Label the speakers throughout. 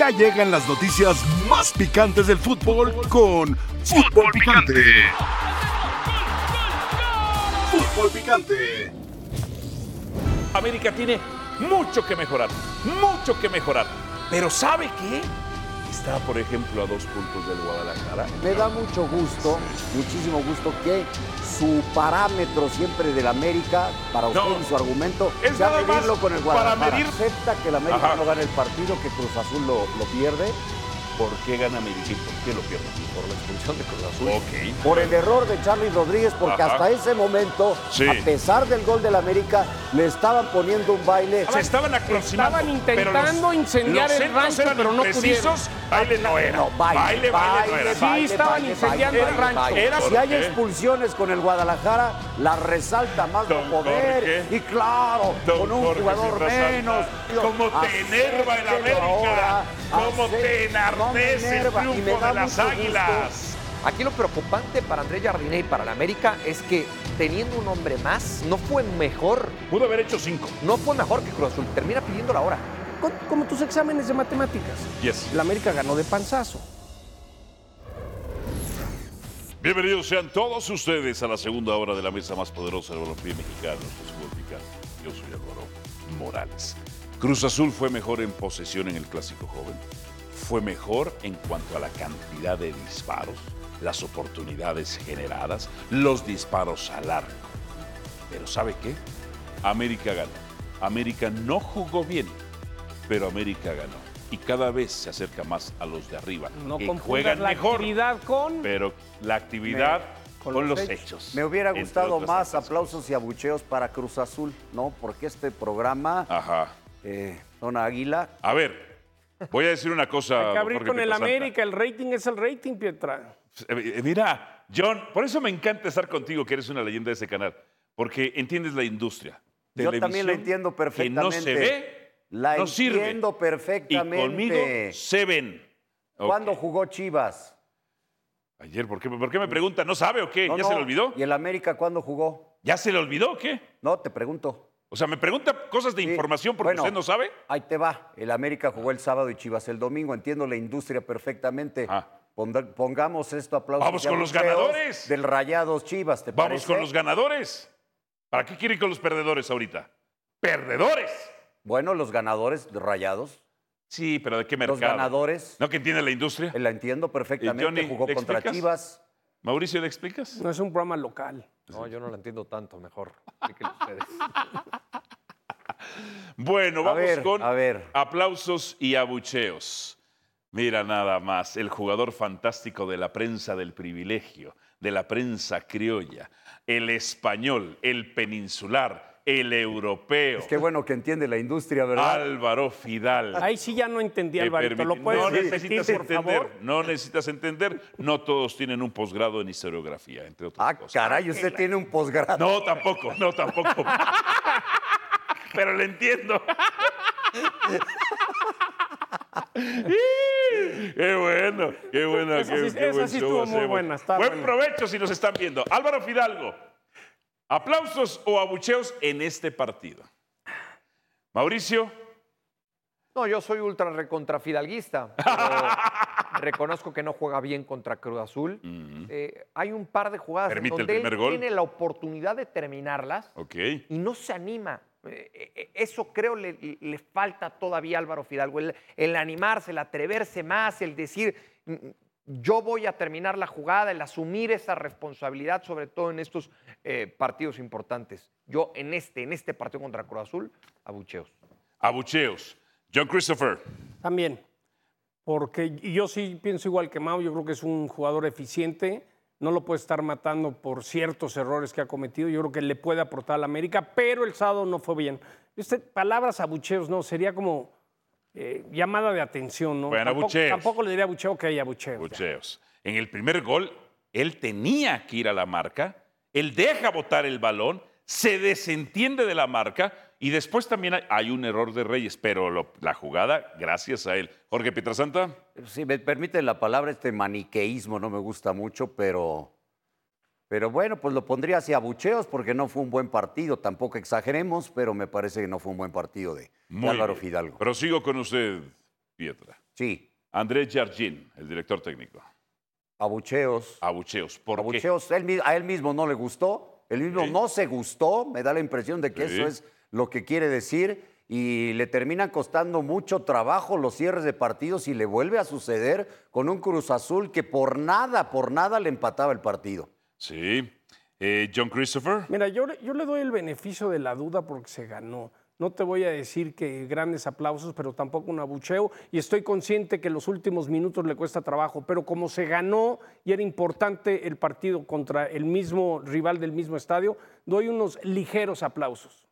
Speaker 1: Ya llegan las noticias más picantes del fútbol con Fútbol Picante. Fútbol Picante.
Speaker 2: América tiene mucho que mejorar, mucho que mejorar. Pero ¿sabe qué? Está, por ejemplo, a dos puntos del Guadalajara.
Speaker 3: Me da mucho gusto, muchísimo gusto que su parámetro siempre del América, para usted
Speaker 2: No.
Speaker 3: y su argumento,
Speaker 2: Es
Speaker 3: sea
Speaker 2: nada más
Speaker 3: medirlo con el
Speaker 2: para
Speaker 3: Guadalajara.
Speaker 2: medir-
Speaker 3: Acepta que el América
Speaker 2: Ajá.
Speaker 3: no gana el partido, que Cruz Azul lo, lo pierde,
Speaker 2: ¿Por qué gana América y por qué lo pierde? Por la expulsión de Cruz Azul. Ok.
Speaker 3: por el error de Charlie Rodríguez, porque
Speaker 2: Ajá.
Speaker 3: hasta ese momento,
Speaker 2: Sí.
Speaker 3: a pesar del gol del América, le estaban poniendo un baile.
Speaker 2: Se estaban aproximando.
Speaker 4: Estaban
Speaker 2: pero los-
Speaker 4: intentando incendiar
Speaker 2: los
Speaker 4: el
Speaker 2: centros
Speaker 4: rancho,
Speaker 2: eran
Speaker 4: pero no
Speaker 2: imprecisos, Baile no era.
Speaker 3: No, baile,
Speaker 2: baile, no era.
Speaker 4: baile. Sí, estaban incendiando
Speaker 2: el rancho. Era
Speaker 3: si
Speaker 2: por-
Speaker 3: hay
Speaker 2: ¿eh?
Speaker 3: expulsiones con el Guadalajara, las resalta más
Speaker 2: Don
Speaker 3: no poder.
Speaker 2: Jorge.
Speaker 3: Y claro,
Speaker 2: Don
Speaker 3: con un
Speaker 2: Jorge
Speaker 3: jugador
Speaker 2: Sierra
Speaker 3: menos.
Speaker 2: Santa,
Speaker 3: Digo,
Speaker 2: cómo te enerva el
Speaker 3: acéptelo
Speaker 2: América,
Speaker 3: ahora,
Speaker 2: cómo te
Speaker 3: acéptelo, no me
Speaker 2: enardece el
Speaker 3: enerva, y me
Speaker 2: triunfo
Speaker 3: da
Speaker 2: de las
Speaker 3: mucho gusto.
Speaker 2: Águilas.
Speaker 5: Aquí lo preocupante para Andrés Jardine y para la América es que teniendo un hombre más, no fue mejor,
Speaker 2: Pudo haber hecho cinco.
Speaker 5: no fue mejor que Cruz Azul. Termina pidiendo la hora.
Speaker 4: Co- Como tus exámenes de matemáticas.
Speaker 2: Yes.
Speaker 4: La América ganó de panzazo.
Speaker 2: Bienvenidos sean todos ustedes a la segunda hora de la mesa más poderosa del balompié mexicano, nuestro fútbol picante. Yo soy Álvaro Morales. Cruz Azul fue mejor en posesión en el Clásico Joven. Fue mejor en cuanto a la cantidad de disparos, las oportunidades generadas, los disparos al arco. Pero ¿sabe qué? América ganó. América no jugó bien, pero América ganó. Y cada vez se acerca más a los de arriba,
Speaker 4: No
Speaker 2: que
Speaker 4: confundas
Speaker 2: juegan
Speaker 4: la
Speaker 2: mejor
Speaker 4: actividad con...
Speaker 2: pero la actividad con, los hechos.
Speaker 3: Me hubiera
Speaker 2: entre
Speaker 3: gustado
Speaker 2: otras
Speaker 3: más
Speaker 2: tantas
Speaker 3: aplausos y abucheos para Cruz Azul, ¿no? Porque este programa,
Speaker 2: cosas. Ajá.
Speaker 3: eh, Don Águila,
Speaker 2: A ver, voy a decir una cosa.
Speaker 4: Hay que
Speaker 2: don
Speaker 4: abrir
Speaker 2: Jorge
Speaker 4: con el
Speaker 2: Pietrasanta.
Speaker 4: América, el rating es el rating, Pietra.
Speaker 2: Eh, eh, Mira, John, por eso me encanta estar contigo, que eres una leyenda de ese canal, porque entiendes la industria.
Speaker 3: yo también la
Speaker 2: Televisión
Speaker 3: entiendo
Speaker 2: que
Speaker 3: perfectamente.
Speaker 2: no se ve,
Speaker 3: la
Speaker 2: no sirve.
Speaker 3: entiendo perfectamente.
Speaker 2: Y conmigo se ven. Ok.
Speaker 3: ¿Cuándo jugó Chivas?
Speaker 2: Ayer, ¿por qué, por qué me pregunta? ¿No sabe o qué?
Speaker 3: No,
Speaker 2: ¿Ya
Speaker 3: no.
Speaker 2: se le olvidó?
Speaker 3: ¿Y el América cuándo jugó?
Speaker 2: ¿Ya se le olvidó o qué?
Speaker 3: No, te pregunto.
Speaker 2: O sea, me pregunta cosas de
Speaker 3: Sí.
Speaker 2: información porque
Speaker 3: Bueno,
Speaker 2: usted no sabe.
Speaker 3: Ahí te va. El América jugó el sábado y Chivas el domingo. Entiendo la industria perfectamente.
Speaker 2: Ah.
Speaker 3: Pondr- Pongamos esto aplausos.
Speaker 2: Vamos
Speaker 3: y
Speaker 2: con los
Speaker 3: abucheos
Speaker 2: ganadores.
Speaker 3: Del Rayados Chivas, ¿te
Speaker 2: Vamos
Speaker 3: parece?
Speaker 2: con los ganadores. ¿Para qué quiere ir con los perdedores ahorita? ¡Perdedores!
Speaker 3: Bueno, los ganadores de Rayados.
Speaker 2: Sí, pero ¿de qué mercado?
Speaker 3: Los ganadores. eh,
Speaker 2: ¿No que entiende la industria?
Speaker 3: La entiendo perfectamente.
Speaker 2: ¿Y Johnny,
Speaker 3: jugó
Speaker 2: le
Speaker 3: contra
Speaker 2: explicas?
Speaker 3: Chivas.
Speaker 2: Mauricio, ¿le explicas?
Speaker 4: No es un programa local.
Speaker 5: No, yo no lo entiendo tanto, mejor. Explíquenlo ustedes.
Speaker 2: Bueno,
Speaker 3: A
Speaker 2: vamos
Speaker 3: ver,
Speaker 2: con
Speaker 3: a ver.
Speaker 2: aplausos y abucheos. Mira nada más, el jugador fantástico de la prensa del privilegio, de la prensa criolla, el español, el peninsular, el europeo,
Speaker 3: Es que bueno que entiende la industria,
Speaker 2: Ah,
Speaker 3: ¿verdad?
Speaker 2: Álvaro Fidal.
Speaker 4: Ahí sí ya no entendí,
Speaker 2: Te
Speaker 4: Alvarito.
Speaker 2: Eh, permite-
Speaker 4: ¿Lo puedes
Speaker 2: no
Speaker 4: repetir,
Speaker 2: necesitas
Speaker 4: por
Speaker 2: entender,
Speaker 4: favor?
Speaker 2: no necesitas entender, no todos tienen un posgrado en historiografía, entre otras
Speaker 3: Ah,
Speaker 2: cosas.
Speaker 3: caray, usted tiene un posgrado.
Speaker 2: No, tampoco, no, tampoco. Pero le entiendo. qué bueno, qué bueno.
Speaker 4: Esa
Speaker 2: qué-
Speaker 4: sí-
Speaker 2: qué
Speaker 4: esa
Speaker 2: buen
Speaker 4: sí
Speaker 2: show
Speaker 4: estuvo muy
Speaker 2: hacemos.
Speaker 4: buena, está
Speaker 2: Buen
Speaker 4: buena.
Speaker 2: provecho si nos están viendo. Álvaro Fidalgo, aplausos o abucheos en este partido. Mauricio,
Speaker 5: No, yo soy ultra recontrafidalguista. pero reconozco que no juega bien contra Cruz Azul. Eh, hay un par de jugadas en
Speaker 2: Permite el
Speaker 5: donde él
Speaker 2: primer gol.
Speaker 5: tiene la oportunidad de terminarlas
Speaker 2: ok.
Speaker 5: y no se anima. Eh, eh, eh, Eso creo le, le falta todavía a Álvaro Fidalgo, el, el animarse, el atreverse más, el decir, "Mm, mm, yo voy a terminar la jugada, el asumir esa responsabilidad, sobre todo en estos eh, partidos importantes. Yo en este, en este partido contra Cruz Azul, abucheos.
Speaker 2: Abucheos. John Christopher.
Speaker 4: También. Porque y yo sí pienso igual que Mau, yo creo que es un jugador eficiente, no lo puede estar matando por ciertos errores que ha cometido, yo creo que le puede aportar al América, pero el sábado no fue bien. Este, palabras abucheos, no, sería como eh, llamada de atención, ¿no?
Speaker 2: Bueno,
Speaker 4: tampoco,
Speaker 2: abucheos.
Speaker 4: tampoco le diría abucheo que hay abucheo.
Speaker 2: Bucheos. En el primer gol, él tenía que ir a la marca, él deja botar el balón, se desentiende de la marca y después también hay, hay un error de Reyes, pero lo- la jugada, gracias a él. Jorge Pietrasanta,
Speaker 3: Si me permiten la palabra, este maniqueísmo no me gusta mucho, pero. Pero bueno, pues lo pondría hacia abucheos porque no fue un buen partido. Tampoco exageremos, pero me parece que no fue un buen partido de, de
Speaker 2: muy
Speaker 3: Álvaro
Speaker 2: bien.
Speaker 3: Fidalgo.
Speaker 2: Prosigo con usted, Pietra.
Speaker 3: Sí,
Speaker 2: Andrés Jardín, el director técnico.
Speaker 3: abucheos.
Speaker 2: Abucheos. ¿Por qué?
Speaker 3: abucheos. Él mi- a él mismo no le gustó, él mismo
Speaker 2: Sí.
Speaker 3: no se gustó, me da la impresión de que
Speaker 2: Sí.
Speaker 3: eso es lo que quiere decir. Y le terminan costando mucho trabajo los cierres de partidos y le vuelve a suceder con un Cruz Azul que por nada, por nada le empataba el partido.
Speaker 2: Sí. Eh, John Christopher.
Speaker 4: Mira, yo, le- yo le doy el beneficio de la duda porque se ganó. No te voy a decir que grandes aplausos, pero tampoco un abucheo. Y estoy consciente que los últimos minutos le cuesta trabajo, pero como se ganó y era importante el partido contra el mismo rival del mismo estadio, doy unos ligeros aplausos.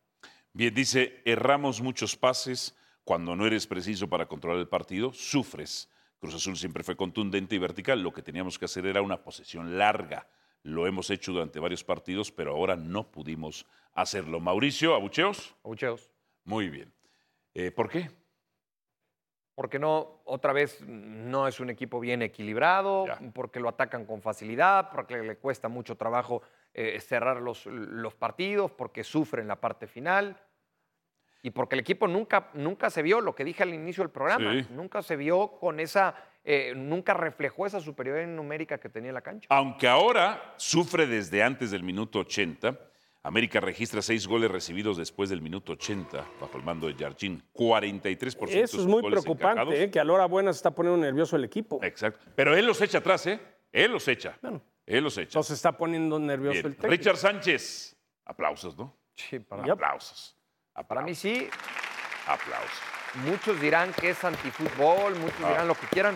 Speaker 2: Bien, dice, erramos muchos pases cuando no eres preciso para controlar el partido, sufres. Cruz Azul siempre fue contundente y vertical, lo que teníamos que hacer era una posesión larga. Lo hemos hecho durante varios partidos, pero ahora no pudimos hacerlo. Mauricio, abucheos,
Speaker 5: Abucheos.
Speaker 2: muy bien. Eh, ¿Por qué?
Speaker 5: Porque no, otra vez, no es un equipo bien equilibrado,
Speaker 2: Ya.
Speaker 5: porque lo atacan con facilidad, porque le cuesta mucho trabajo eh, cerrar los, los partidos, porque sufren la parte final. Y porque el equipo nunca, nunca se vio, lo que dije al inicio del programa,
Speaker 2: Sí.
Speaker 5: nunca se vio con esa, eh, nunca reflejó esa superioridad numérica que tenía la cancha.
Speaker 2: Aunque ahora sufre desde antes del minuto 80, América registra seis goles recibidos después del minuto 80 bajo el mando de Yarchin. 43% de
Speaker 4: Eso
Speaker 2: sus
Speaker 4: es muy
Speaker 2: goles encajados.
Speaker 4: preocupante, ¿eh? que a la hora buena se está poniendo nervioso el equipo.
Speaker 2: Exacto. Pero él los echa atrás, ¿eh? Él los echa. Él los echa.
Speaker 4: Entonces está poniendo nervioso
Speaker 2: Bien.
Speaker 4: el técnico.
Speaker 2: Richard Sánchez. Aplausos, ¿no?
Speaker 5: Sí, para,
Speaker 4: Yep.
Speaker 2: Aplausos. Aplausos.
Speaker 5: para mí sí,
Speaker 2: Aplausos.
Speaker 5: muchos dirán que es antifútbol, muchos
Speaker 2: Ah.
Speaker 5: dirán lo que quieran.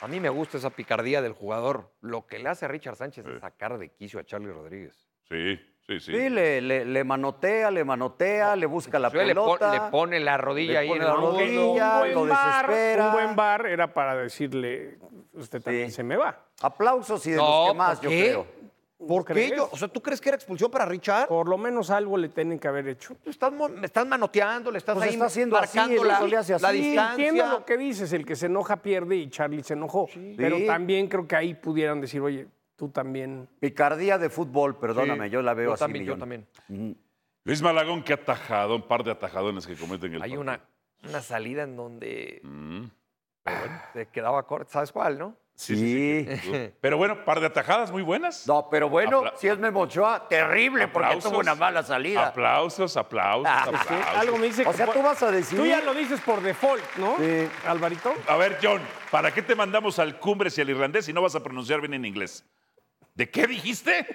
Speaker 5: A mí me gusta esa picardía del jugador. Lo que le hace Richard Sánchez
Speaker 2: Sí.
Speaker 5: es sacar de quicio a Charlie Rodríguez.
Speaker 2: Sí, sí, sí.
Speaker 3: Sí, le, le- le manotea, le manotea, le busca la
Speaker 5: Inclusive le pon-
Speaker 3: pelota.
Speaker 5: Le, pone la rodilla
Speaker 3: le
Speaker 5: ahí
Speaker 3: pone
Speaker 5: en
Speaker 3: la
Speaker 5: el ángulo.
Speaker 3: rodilla, lo desespera.
Speaker 4: Un buen bar era para decirle, usted también
Speaker 3: Sí.
Speaker 4: se me va.
Speaker 3: Aplausos y de
Speaker 5: No,
Speaker 3: los que más,
Speaker 5: ¿por
Speaker 3: yo
Speaker 5: qué?
Speaker 3: creo.
Speaker 5: ¿Por qué?
Speaker 4: ¿Crees?
Speaker 5: Yo- o sea, ¿tú crees que era expulsión para Richard?
Speaker 4: Por lo menos algo le tienen que haber hecho.
Speaker 5: Tú estás, mo- me estás manoteando, le estás
Speaker 3: Pues
Speaker 5: ahí
Speaker 3: está haciendo así,
Speaker 5: marcando
Speaker 3: el
Speaker 5: la,
Speaker 3: otro le hace
Speaker 5: la
Speaker 3: así.
Speaker 5: distancia.
Speaker 4: Entiendo lo que dices, el que se enoja pierde y Charlie se enojó. Pero
Speaker 3: Sí.
Speaker 4: también creo que ahí pudieran decir, oye, tú también.
Speaker 3: Picardía de fútbol, perdóname,
Speaker 5: Sí,
Speaker 3: yo la veo así.
Speaker 5: también, yo
Speaker 3: Millón.
Speaker 5: también.
Speaker 2: Luis Malagón, qué atajado, un par de atajadones que cometen el
Speaker 5: Hay
Speaker 2: partido.
Speaker 5: una, una salida en donde
Speaker 2: Mm.
Speaker 5: se quedaba corta, ¿sabes cuál, no?
Speaker 2: Sí, sí, sí, que pudo. Pero bueno, par de atajadas muy buenas.
Speaker 3: No, pero bueno,
Speaker 2: Apla-
Speaker 3: si es Memochoa, terrible, porque
Speaker 2: Aplausos.
Speaker 3: tuvo una mala salida.
Speaker 2: Aplausos, aplausos, aplausos.
Speaker 4: Sí, algo me dice
Speaker 3: O sea,
Speaker 4: que-
Speaker 3: tú vas a decidir-
Speaker 4: Tú ya lo dices por default, ¿no?
Speaker 3: Sí.
Speaker 4: Alvarito.
Speaker 2: A ver, John, ¿para qué te mandamos al Cumbres y al Irlandés si no vas a pronunciar bien en inglés? ¿De qué dijiste?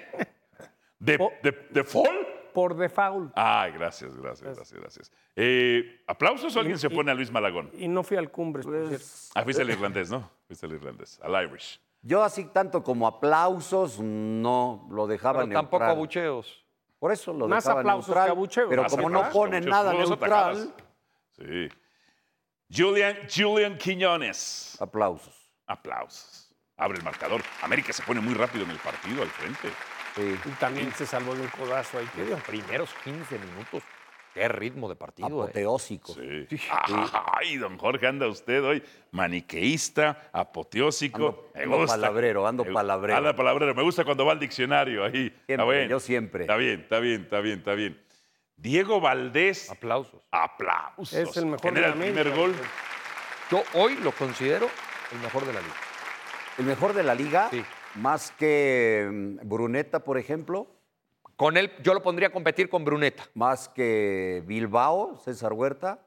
Speaker 2: ¿De,
Speaker 4: Oh.
Speaker 2: de, de fall?
Speaker 4: Por default.
Speaker 2: Ah, gracias, gracias, gracias, gracias. Eh, ¿Aplausos o alguien se pone a Luis Malagón?
Speaker 4: Y no fui al Cumbres, por cierto.
Speaker 2: Ah, fuiste al irlandés, ¿no? Fuiste al irlandés, al Irish.
Speaker 3: Yo así tanto como aplausos, no lo dejaba
Speaker 5: Pero
Speaker 3: neutral.
Speaker 5: tampoco abucheos.
Speaker 3: Por eso lo
Speaker 4: Más
Speaker 3: dejaba
Speaker 4: aplausos que
Speaker 3: neutral.
Speaker 4: abucheos.
Speaker 3: Pero
Speaker 4: Más
Speaker 3: como no
Speaker 2: aplausos,
Speaker 3: pone
Speaker 2: muchachos,
Speaker 3: nada
Speaker 2: puras
Speaker 3: neutral,
Speaker 2: atajadas. Sí. Julian, Julian Quiñones.
Speaker 3: aplausos.
Speaker 2: Aplausos. Abre el marcador. América se pone muy rápido en el partido al frente.
Speaker 3: Sí.
Speaker 4: Y también se salvó de un codazo ahí. que dio.
Speaker 5: Los primeros 15 minutos. Qué ritmo de partido. eh.
Speaker 3: Apoteósico.
Speaker 2: Sí. Ay, don Jorge, anda usted hoy maniqueísta, apoteósico.
Speaker 3: Ando-
Speaker 2: Me
Speaker 3: ando
Speaker 2: gusta.
Speaker 3: palabrero, ando
Speaker 2: Me-
Speaker 3: palabrero.
Speaker 2: Anda palabrero. Me gusta cuando va al diccionario ahí. Ah, está
Speaker 3: Siempre,
Speaker 2: bien.
Speaker 3: yo siempre.
Speaker 2: Está bien, está bien, está bien, está bien. Diego Valdés,
Speaker 5: Aplausos.
Speaker 2: aplausos.
Speaker 4: Es el mejor de
Speaker 2: Genera
Speaker 4: la
Speaker 2: el primer
Speaker 4: América. pues.
Speaker 2: gol.
Speaker 5: Yo hoy lo considero el mejor de la liga.
Speaker 3: El mejor de la liga,
Speaker 5: Sí.
Speaker 3: más que mm, Bruneta, por ejemplo,
Speaker 5: Con él yo lo pondría a competir con Bruneta.
Speaker 3: más que Bilbao, César Huerta.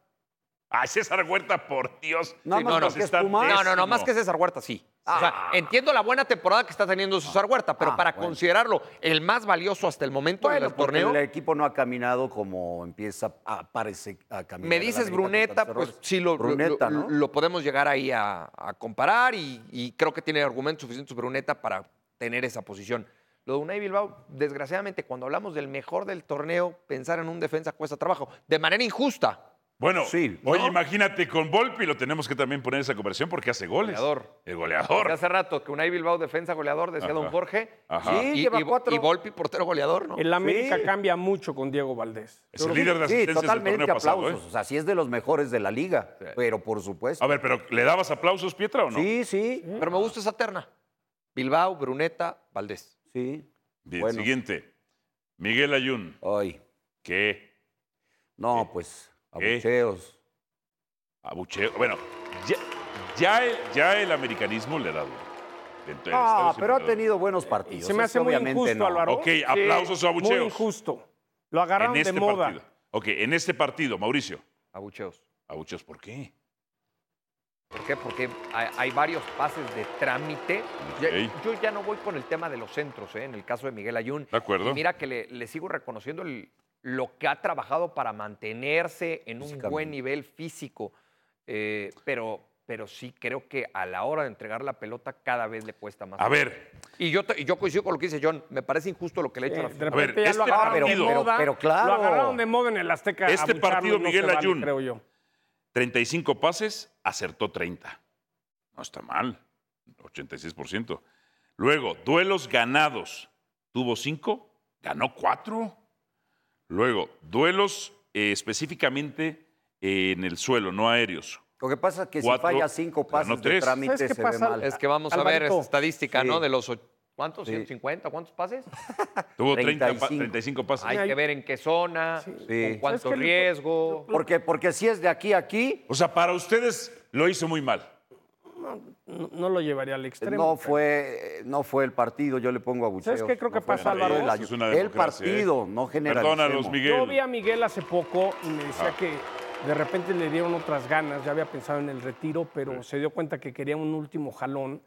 Speaker 2: Ay, César Huerta, por Dios.
Speaker 3: Nada más
Speaker 5: Sí, no, no,
Speaker 3: porque es
Speaker 2: está
Speaker 3: Pumas.
Speaker 5: No, no,
Speaker 2: Décimo.
Speaker 5: no, más que César Huerta, sí. O sea, entiendo la buena temporada que está teniendo César Huerta, pero
Speaker 3: Ah,
Speaker 5: para
Speaker 3: bueno.
Speaker 5: considerarlo el más valioso hasta el momento
Speaker 3: Bueno,
Speaker 5: del
Speaker 3: porque
Speaker 5: torneo,
Speaker 3: el equipo no ha caminado como empieza a, parece, a caminar.
Speaker 5: me
Speaker 3: el
Speaker 5: dices
Speaker 3: América
Speaker 5: Bruneta,
Speaker 3: con tantos
Speaker 5: pues
Speaker 3: errores.
Speaker 5: sí lo, lo-
Speaker 3: Bruneta,
Speaker 5: lo-
Speaker 3: ¿no?
Speaker 5: lo podemos llegar ahí a, a comparar y, y creo que tiene argumentos suficientes Bruneta para tener esa posición. Lo de Unai Bilbao, desgraciadamente, cuando hablamos del mejor del torneo, pensar en un defensa cuesta trabajo, de manera injusta.
Speaker 2: Bueno,
Speaker 3: Sí,
Speaker 2: oye,
Speaker 3: ¿no?
Speaker 2: imagínate con Volpi lo tenemos que también poner en esa conversión porque hace goles.
Speaker 5: Goleador.
Speaker 2: El
Speaker 5: Porque
Speaker 2: goleador.
Speaker 5: hace rato que Unai Bilbao, defensa goleador, decía
Speaker 2: Ajá.
Speaker 5: don Jorge,
Speaker 2: Ajá.
Speaker 5: y,
Speaker 3: Sí,
Speaker 5: y-
Speaker 3: lleva
Speaker 5: y-
Speaker 3: cuatro.
Speaker 5: y Volpi, portero goleador, ¿no?
Speaker 4: El América
Speaker 3: Sí.
Speaker 4: cambia mucho con Diego Valdés.
Speaker 2: Es el líder de
Speaker 3: Sí,
Speaker 2: asistencias del
Speaker 3: totalmente
Speaker 2: torneo pasado.
Speaker 3: aplausos. O
Speaker 2: ¿eh?
Speaker 3: sea, sí es de los mejores de la liga, pero por supuesto.
Speaker 2: A ver, pero ¿le dabas aplausos, Pietra, o no?
Speaker 3: Sí, sí,
Speaker 5: Pero me gusta esa terna. Bilbao, Bruneta, Valdés.
Speaker 3: sí.
Speaker 2: Bien,
Speaker 3: Bueno.
Speaker 2: siguiente. Miguel Ayun.
Speaker 3: Ay,
Speaker 2: ¿Qué?
Speaker 3: no, pues,
Speaker 2: ¿Qué?
Speaker 3: abucheos.
Speaker 2: Abucheo. Bueno, ya, Ya el, ya el americanismo le da duro. Entonces,
Speaker 3: Ah,
Speaker 2: Estados
Speaker 3: pero ha
Speaker 2: Unidos-
Speaker 3: tenido buenos partidos.
Speaker 4: Se me hace
Speaker 3: Eso
Speaker 4: muy
Speaker 3: obviamente
Speaker 4: injusto,
Speaker 3: no.
Speaker 4: Álvaro.
Speaker 2: Ok, aplausos o abucheos.
Speaker 4: Muy injusto. Lo agarraron
Speaker 2: en este
Speaker 4: de moda.
Speaker 2: partido. Ok, en este partido, Mauricio.
Speaker 5: Abucheos.
Speaker 2: Abucheos, ¿por qué?
Speaker 5: ¿Por qué? Porque hay, hay varios pases de trámite. Ya-
Speaker 2: Ok.
Speaker 5: yo ya no voy con el tema de los centros, ¿eh? en el caso de Miguel Ayun.
Speaker 2: De acuerdo.
Speaker 5: Y Mira que le, le sigo reconociendo el- lo que ha trabajado para mantenerse en un
Speaker 3: Físicamente.
Speaker 5: buen nivel físico. Eh, pero, pero sí creo que a la hora de entregar la pelota cada vez le cuesta más.
Speaker 2: A ver,
Speaker 5: Y yo, te- y yo coincido con lo que dice John. Me parece injusto lo que le ha hecho a la
Speaker 4: Eh, de
Speaker 5: Fiera.
Speaker 2: ver,
Speaker 4: repente ya
Speaker 2: este
Speaker 4: lo agarraron
Speaker 3: partido-
Speaker 4: de
Speaker 3: pero-
Speaker 4: moda.
Speaker 3: pero claro.
Speaker 4: Lo agarraron de moda en el Azteca.
Speaker 2: Este
Speaker 4: abucharlo
Speaker 2: partido,
Speaker 4: y no
Speaker 2: Miguel
Speaker 4: se vale,
Speaker 2: Ayun.
Speaker 4: creo yo.
Speaker 2: 35 pases, acertó 30. No está mal, 86%. Luego, duelos ganados, tuvo 5, ganó 4. Luego, duelos eh, específicamente eh, en el suelo, no aéreos.
Speaker 3: Lo que pasa es que
Speaker 2: Cuatro,
Speaker 3: si falla cinco
Speaker 2: ganó
Speaker 3: pases de
Speaker 2: tres.
Speaker 3: trámite
Speaker 4: ¿Sabes qué
Speaker 3: se
Speaker 4: pasa?
Speaker 3: ve mal.
Speaker 5: Es que vamos a ver
Speaker 4: Alvarito.
Speaker 5: esa estadística,
Speaker 3: Sí.
Speaker 5: ¿no? De los. och- ¿Cuántos?
Speaker 3: Sí.
Speaker 5: ¿150? ¿Cuántos pases?
Speaker 2: Tuvo 30 pa-
Speaker 3: 35.
Speaker 2: 35 pases.
Speaker 5: Hay que ver en qué zona,
Speaker 3: Sí.
Speaker 5: con cuánto
Speaker 4: ¿Sabes qué?
Speaker 5: riesgo.
Speaker 3: Porque, porque si es de aquí a aquí,
Speaker 2: O sea, para ustedes lo hizo muy mal.
Speaker 4: No, no lo llevaría al extremo.
Speaker 3: no fue, no fue el partido, yo le pongo a Bucheo.
Speaker 4: ¿Sabes qué creo que pasa, Álvaro?
Speaker 3: El,
Speaker 2: Eso es una democracia,
Speaker 3: partido,
Speaker 2: ¿eh?
Speaker 3: no generalicemos.
Speaker 2: Perdónanos,
Speaker 4: Yo vi
Speaker 2: Miguel.
Speaker 4: a Miguel hace poco y me
Speaker 2: Ah.
Speaker 4: decía que de repente le dieron otras ganas, ya había pensado en el retiro, pero se dio cuenta que quería un último jalón.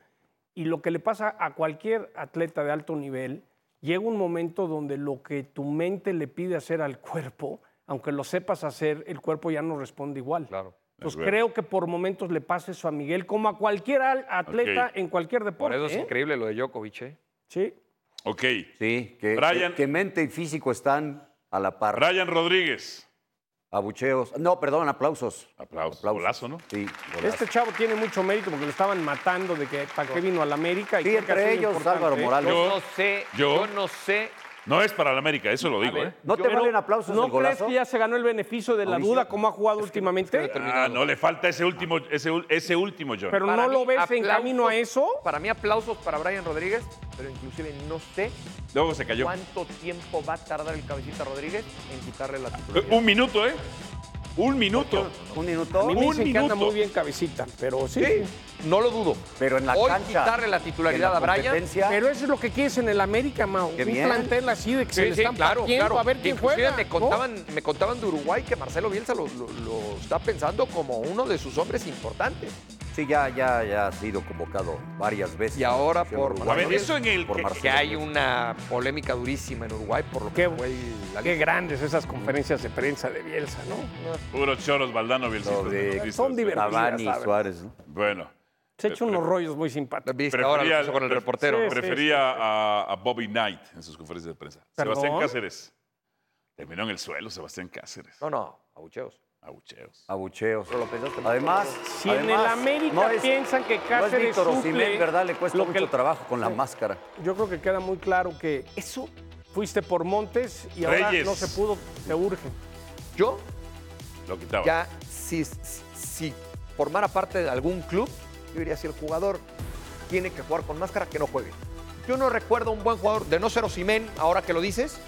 Speaker 4: Y lo que le pasa a cualquier atleta de alto nivel, llega un momento donde lo que tu mente le pide hacer al cuerpo, aunque lo sepas hacer, el cuerpo ya no responde igual.
Speaker 5: Claro.
Speaker 4: Entonces
Speaker 2: acuerdo.
Speaker 4: Pues creo que por momentos le pasa eso a Miguel, como a cualquier al- atleta
Speaker 2: Ok.
Speaker 4: en cualquier
Speaker 5: Por
Speaker 4: deporte.
Speaker 5: eso es
Speaker 4: ¿eh?
Speaker 5: increíble lo de Djokovic, ¿eh?
Speaker 4: Sí.
Speaker 2: Ok.
Speaker 3: Sí, que,
Speaker 2: Brian.
Speaker 3: que- que mente y físico están a la par.
Speaker 2: Brian Rodríguez.
Speaker 3: Abucheos. No, perdón, aplausos.
Speaker 2: Aplausos.
Speaker 3: Aplausos.
Speaker 2: Golazo, ¿no?
Speaker 3: Sí.
Speaker 4: Este chavo tiene mucho mérito porque lo estaban matando de que para qué vino al América. Y
Speaker 3: Sí,
Speaker 4: Este creo que ha
Speaker 3: entre
Speaker 4: sido
Speaker 3: ellos,
Speaker 4: importante,
Speaker 3: Álvaro
Speaker 4: ¿eh?
Speaker 3: Morales.
Speaker 5: Yo
Speaker 2: Yo-
Speaker 5: no sé, yo,
Speaker 2: yo-
Speaker 5: no sé.
Speaker 2: No es para la América, eso lo digo,
Speaker 5: ver,
Speaker 2: ¿eh?
Speaker 3: ¿No te
Speaker 4: Pero,
Speaker 3: valen aplausos
Speaker 4: ¿No
Speaker 3: el golazo?
Speaker 4: crees que ya se ganó el beneficio de la
Speaker 3: Mauricio,
Speaker 4: duda como ha jugado últimamente?
Speaker 5: es que no
Speaker 2: Ah, no le falta ese último, ese, ul- ese último, John.
Speaker 4: pero
Speaker 5: Para
Speaker 4: no
Speaker 5: mí,
Speaker 4: lo ves en
Speaker 5: aplausos-
Speaker 4: camino a eso.
Speaker 5: Para mí, aplausos para Brian Rodríguez, pero inclusive no sé
Speaker 2: Luego se cayó.
Speaker 5: cuánto tiempo va a tardar el cabecita Rodríguez en quitarle la
Speaker 2: Eh,
Speaker 5: titularidad.
Speaker 2: Un minuto, ¿eh? Un minuto.
Speaker 3: Un
Speaker 4: A
Speaker 3: minuto.
Speaker 4: mí me
Speaker 2: Un
Speaker 4: dicen que anda
Speaker 2: minuto.
Speaker 4: muy bien cabecita, pero sí.
Speaker 5: Sí, no lo dudo.
Speaker 3: Pero en la
Speaker 5: Hoy
Speaker 3: cancha,
Speaker 5: quitarle la titularidad
Speaker 3: en la
Speaker 5: a Brian.
Speaker 3: competencia,
Speaker 4: Pero eso es lo que quieres en el América, Mau.
Speaker 3: Qué
Speaker 4: Un
Speaker 3: bien.
Speaker 4: plantel así de que se
Speaker 5: Sí,
Speaker 4: le
Speaker 5: sí,
Speaker 4: están
Speaker 5: claro,
Speaker 4: partiendo
Speaker 5: claro.
Speaker 4: a ver quién
Speaker 5: Inclusive
Speaker 4: juega.
Speaker 5: Me
Speaker 4: ¿no?
Speaker 5: contaban, me contaban de Uruguay que Marcelo Bielsa lo, lo- lo está pensando como uno de sus hombres importantes.
Speaker 3: Sí, ya, ya, ya ha sido convocado varias veces.
Speaker 5: Y ahora
Speaker 3: Selección
Speaker 5: por
Speaker 3: uruguaya.
Speaker 2: A ver, eso en el
Speaker 3: Por
Speaker 2: que-
Speaker 5: Que
Speaker 3: Marcelo.
Speaker 5: hay una polémica durísima en Uruguay por lo
Speaker 4: Qué,
Speaker 5: que fue el- la
Speaker 4: qué grandes esas conferencias de prensa de Bielsa, ¿no?
Speaker 2: Puros choros, Valdano, Bielcita.
Speaker 3: Lo de-
Speaker 2: Listas,
Speaker 4: Son
Speaker 2: eh.
Speaker 4: divertidos.
Speaker 3: Cavani,
Speaker 4: ¿sabes?
Speaker 3: Suárez. ¿no?
Speaker 2: Bueno.
Speaker 4: Se ha hecho unos rollos muy simpáticos.
Speaker 5: viste ahora lo que hizo con el
Speaker 2: pre-
Speaker 5: reportero.
Speaker 4: Sí, sí,
Speaker 2: Prefería a, a Bobby Knight en sus conferencias de prensa.
Speaker 4: ¿Perdón?
Speaker 2: Sebastián Cáceres. Terminó en el suelo, Sebastián Cáceres.
Speaker 5: No, no, abucheos.
Speaker 2: Abucheos.
Speaker 3: Abucheos.
Speaker 5: Pero lo pensaste mucho.
Speaker 3: Además,
Speaker 4: Si en el
Speaker 3: además,
Speaker 4: América piensan que
Speaker 3: no es
Speaker 4: Cáceres
Speaker 3: Víctor
Speaker 4: suple
Speaker 3: Osimhen, ¿verdad? Le cuesta
Speaker 4: lo que
Speaker 3: mucho
Speaker 4: el-
Speaker 3: trabajo con la máscara.
Speaker 4: Yo creo que queda muy claro que
Speaker 5: Eso,
Speaker 4: fuiste por Montes y ahora
Speaker 2: Reyes.
Speaker 4: no se pudo, te urge.
Speaker 5: yo
Speaker 2: Lo quitaba.
Speaker 5: ya, si, si- si formara parte de algún club, yo diría, si el jugador tiene que jugar con máscara, que no juegue. Yo no recuerdo un buen jugador, de no ser Osimén, ahora que lo dices,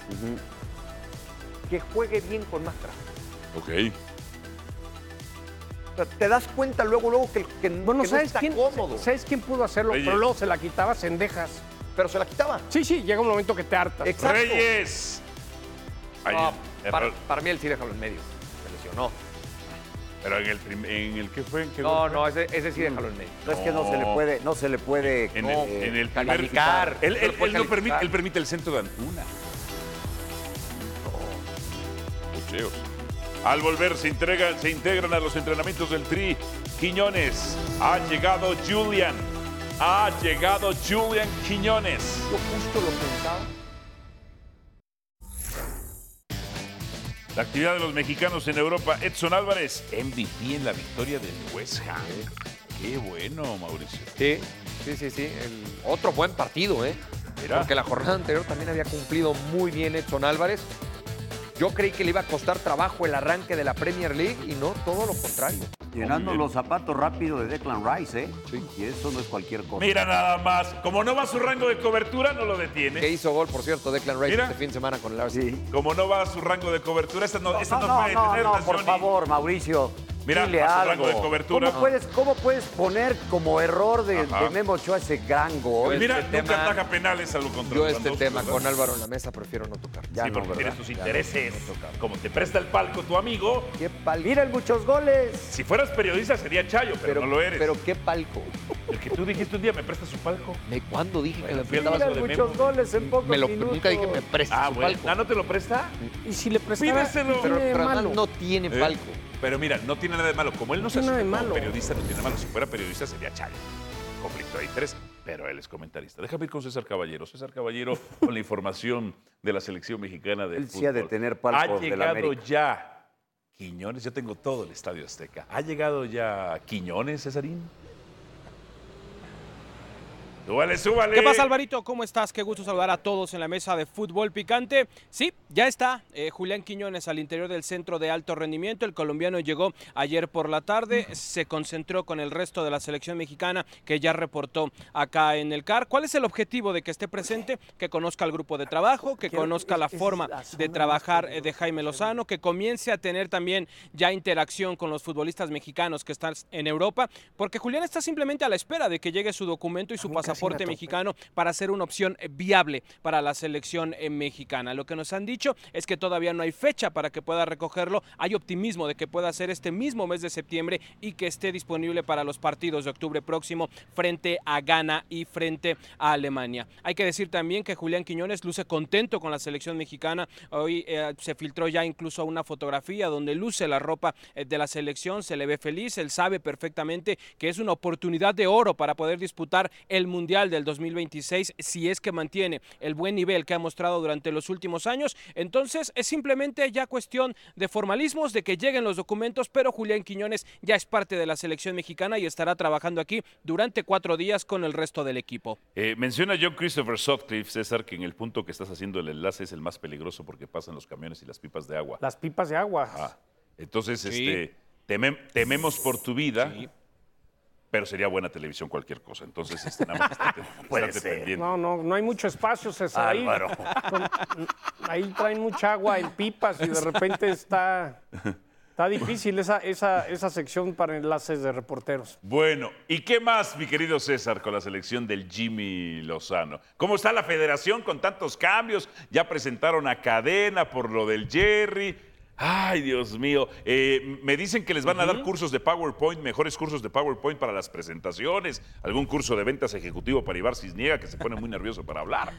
Speaker 5: que juegue bien con máscara.
Speaker 2: Ok.
Speaker 5: O sea, te das cuenta luego, luego que, que-
Speaker 4: Bueno,
Speaker 5: que no
Speaker 4: ¿sabes,
Speaker 5: está
Speaker 4: quién,
Speaker 5: cómodo.
Speaker 4: ¿sabes quién pudo hacerlo?
Speaker 2: Reyes.
Speaker 4: Pero luego se la quitaba cendejas.
Speaker 5: Pero se la quitaba.
Speaker 4: Sí, sí, llega un momento que te hartas.
Speaker 5: Exacto.
Speaker 2: Reyes. Ahí,
Speaker 5: No,
Speaker 2: error.
Speaker 5: para, para mí él sí déjalo en medio. Se lesionó.
Speaker 2: Pero en el, prim- en el que fue, en qué
Speaker 5: No,
Speaker 2: gol fue?
Speaker 5: no, ese, ese sí déjalo en medio.
Speaker 3: No, es que no se le puede, no se le puede.
Speaker 2: En
Speaker 3: no,
Speaker 2: el,
Speaker 3: eh,
Speaker 2: en el primer
Speaker 5: calificar.
Speaker 2: Él,
Speaker 5: No
Speaker 2: él-
Speaker 5: lo puede
Speaker 2: él no permite,
Speaker 5: calificar.
Speaker 2: él permite el centro de Antuna. Bucheos. Al volver se, entregan, se integran a los entrenamientos del Tri. Quiñones. Ha llegado Julian. Ha llegado Julian Quiñones.
Speaker 5: Yo justo lo pensaba.
Speaker 2: La actividad de los mexicanos en Europa. Edson Álvarez, MVP en la victoria del West Ham. Qué bueno, Mauricio.
Speaker 5: Sí, sí, sí, sí. El- Otro buen partido, ¿eh?
Speaker 2: Mira.
Speaker 5: Porque la jornada anterior también había cumplido muy bien Edson Álvarez. Yo creí que le iba a costar trabajo el arranque de la Premier League y no, todo lo contrario.
Speaker 3: Llenando
Speaker 2: Muy bien.
Speaker 3: los zapatos rápido de Declan Rice, ¿eh? Y eso no es cualquier cosa.
Speaker 2: Mira nada más. Como no va su rango de cobertura, no lo detiene.
Speaker 5: Que hizo gol, por cierto, Declan Rice
Speaker 2: Mira.
Speaker 5: este fin de semana con el Arsenal.
Speaker 3: Sí.
Speaker 2: Como no va a su rango de cobertura, esta no, esta no, puede
Speaker 3: no,
Speaker 2: tenerla,
Speaker 3: no, por
Speaker 2: Johnny.
Speaker 3: favor, Mauricio.
Speaker 2: Mira,
Speaker 3: Dile
Speaker 2: hace
Speaker 3: algo.
Speaker 2: rango de cobertura.
Speaker 3: ¿Cómo puedes, cómo puedes poner como error de,
Speaker 2: Ajá.
Speaker 3: de Memo Ochoa ese gran gol?
Speaker 2: Mira,
Speaker 6: este
Speaker 2: nunca
Speaker 6: tema-
Speaker 2: ataca penales a lo contrario.
Speaker 6: Yo este
Speaker 2: Lewandowski,
Speaker 6: tema
Speaker 2: ¿verdad?
Speaker 6: con Álvaro en la mesa prefiero no tocar.
Speaker 3: Ya
Speaker 2: sí,
Speaker 3: no,
Speaker 2: porque
Speaker 3: ¿verdad?
Speaker 2: tiene sus intereses. Como te presta el palco tu amigo,
Speaker 6: ¿Qué palco?
Speaker 3: Miren muchos goles.
Speaker 2: si fueras periodista sería Chayo, pero, no lo eres.
Speaker 6: Pero qué palco.
Speaker 2: el que tú dijiste un día me presta su palco.
Speaker 6: ¿De cuándo dije que le
Speaker 2: fui al
Speaker 6: prestaba
Speaker 2: Vasco
Speaker 6: su
Speaker 3: Miren
Speaker 2: de
Speaker 3: muchos
Speaker 2: Memo.
Speaker 3: goles en pocos
Speaker 6: me lo,
Speaker 3: minutos.
Speaker 6: Nunca dije que me preste
Speaker 2: Ah,
Speaker 6: su
Speaker 2: bueno.
Speaker 6: palco.
Speaker 2: ¿Ah, no te lo presta?
Speaker 4: Y si le prestara,
Speaker 2: Pídeselo.
Speaker 4: ¿qué
Speaker 6: pero
Speaker 4: tiene de
Speaker 6: pero además
Speaker 4: malo?
Speaker 6: no tiene
Speaker 2: Eh,
Speaker 6: palco.
Speaker 2: Pero mira, no tiene nada de malo. Como él no se
Speaker 4: tiene nada
Speaker 2: asume
Speaker 4: de
Speaker 2: como
Speaker 4: malo.
Speaker 2: periodista, no tiene nada de malo. Si fuera periodista sería Chayo. Conflicto de interés, pero él es comentarista. Déjame ir con César Caballero. César Caballero, con la información de la selección mexicana de
Speaker 3: Él sí
Speaker 2: fútbol.
Speaker 3: ha de tener palco
Speaker 2: Ha
Speaker 3: de la
Speaker 2: llegado
Speaker 3: América.
Speaker 2: ya Quiñones. Yo tengo todo el Estadio Azteca. ¿Ha llegado ya Quiñones, Cesarín? Súbale, súbale.
Speaker 7: ¿Qué pasa, Alvarito? ¿Cómo estás? Qué gusto saludar a todos en la mesa de fútbol picante. Sí, ya está eh, Julián Quiñones al interior del centro de alto rendimiento. El colombiano llegó ayer por la tarde, se concentró con el resto de la selección mexicana que ya reportó acá en el CAR. ¿Cuál es el objetivo de que esté presente? Que conozca el grupo de trabajo, que
Speaker 4: Quiero-
Speaker 7: conozca la
Speaker 4: es- es
Speaker 7: forma
Speaker 4: la
Speaker 7: de
Speaker 4: zona más
Speaker 7: trabajar eh,
Speaker 4: peligrosa.
Speaker 7: de Jaime Lozano, que comience a tener también ya interacción con los futbolistas mexicanos que están en Europa, porque Julián está simplemente a la espera de que llegue su documento y su pasaporte mexicano para ser una opción eh, viable para la selección eh, mexicana. Lo que nos han dicho es que todavía no hay fecha para que pueda recogerlo. Hay optimismo de que pueda ser este mismo mes de septiembre y que esté disponible para los partidos de octubre próximo frente a Ghana y frente a Alemania. Hay que decir también que Julián Quiñones luce contento con la selección mexicana. Hoy eh, se filtró ya incluso una fotografía donde luce la ropa eh, de la selección, se le ve feliz, él sabe perfectamente que es una oportunidad de oro para poder disputar el Mundial del 2026 si es que mantiene el buen nivel que ha mostrado durante los últimos años. Entonces es simplemente ya cuestión de formalismos, de que lleguen los documentos, pero Julián Quiñones ya es parte de la selección mexicana y estará trabajando aquí durante cuatro días con el resto del equipo.
Speaker 2: Eh, menciona John Christopher Sutcliffe, César, que en el punto que estás haciendo el enlace es el más peligroso porque pasan los camiones y las pipas de agua.
Speaker 4: Las pipas de agua.
Speaker 2: Ah, entonces,
Speaker 7: Sí.
Speaker 2: este, temem- tememos por tu vida,
Speaker 7: Sí.
Speaker 2: pero sería buena televisión cualquier cosa. Entonces, este, nada más estate- estate
Speaker 3: Puede ser.
Speaker 2: pendiente.
Speaker 4: No, no, no hay mucho espacio, César. Ahí,
Speaker 3: Álvaro.
Speaker 4: con- ahí traen mucha agua en pipas y de repente está, está difícil esa, esa, esa sección para enlaces de reporteros.
Speaker 2: Bueno, ¿y qué más, mi querido César, con la selección del Jimmy Lozano? ¿Cómo está la federación con tantos cambios? Ya presentaron a cadena por lo del Jerry. Ay, Dios mío. Eh, me dicen que les van a dar cursos de PowerPoint, mejores cursos de PowerPoint para las presentaciones. Algún curso de ventas ejecutivo para Ibar Cisniega, que se pone muy nervioso para hablar.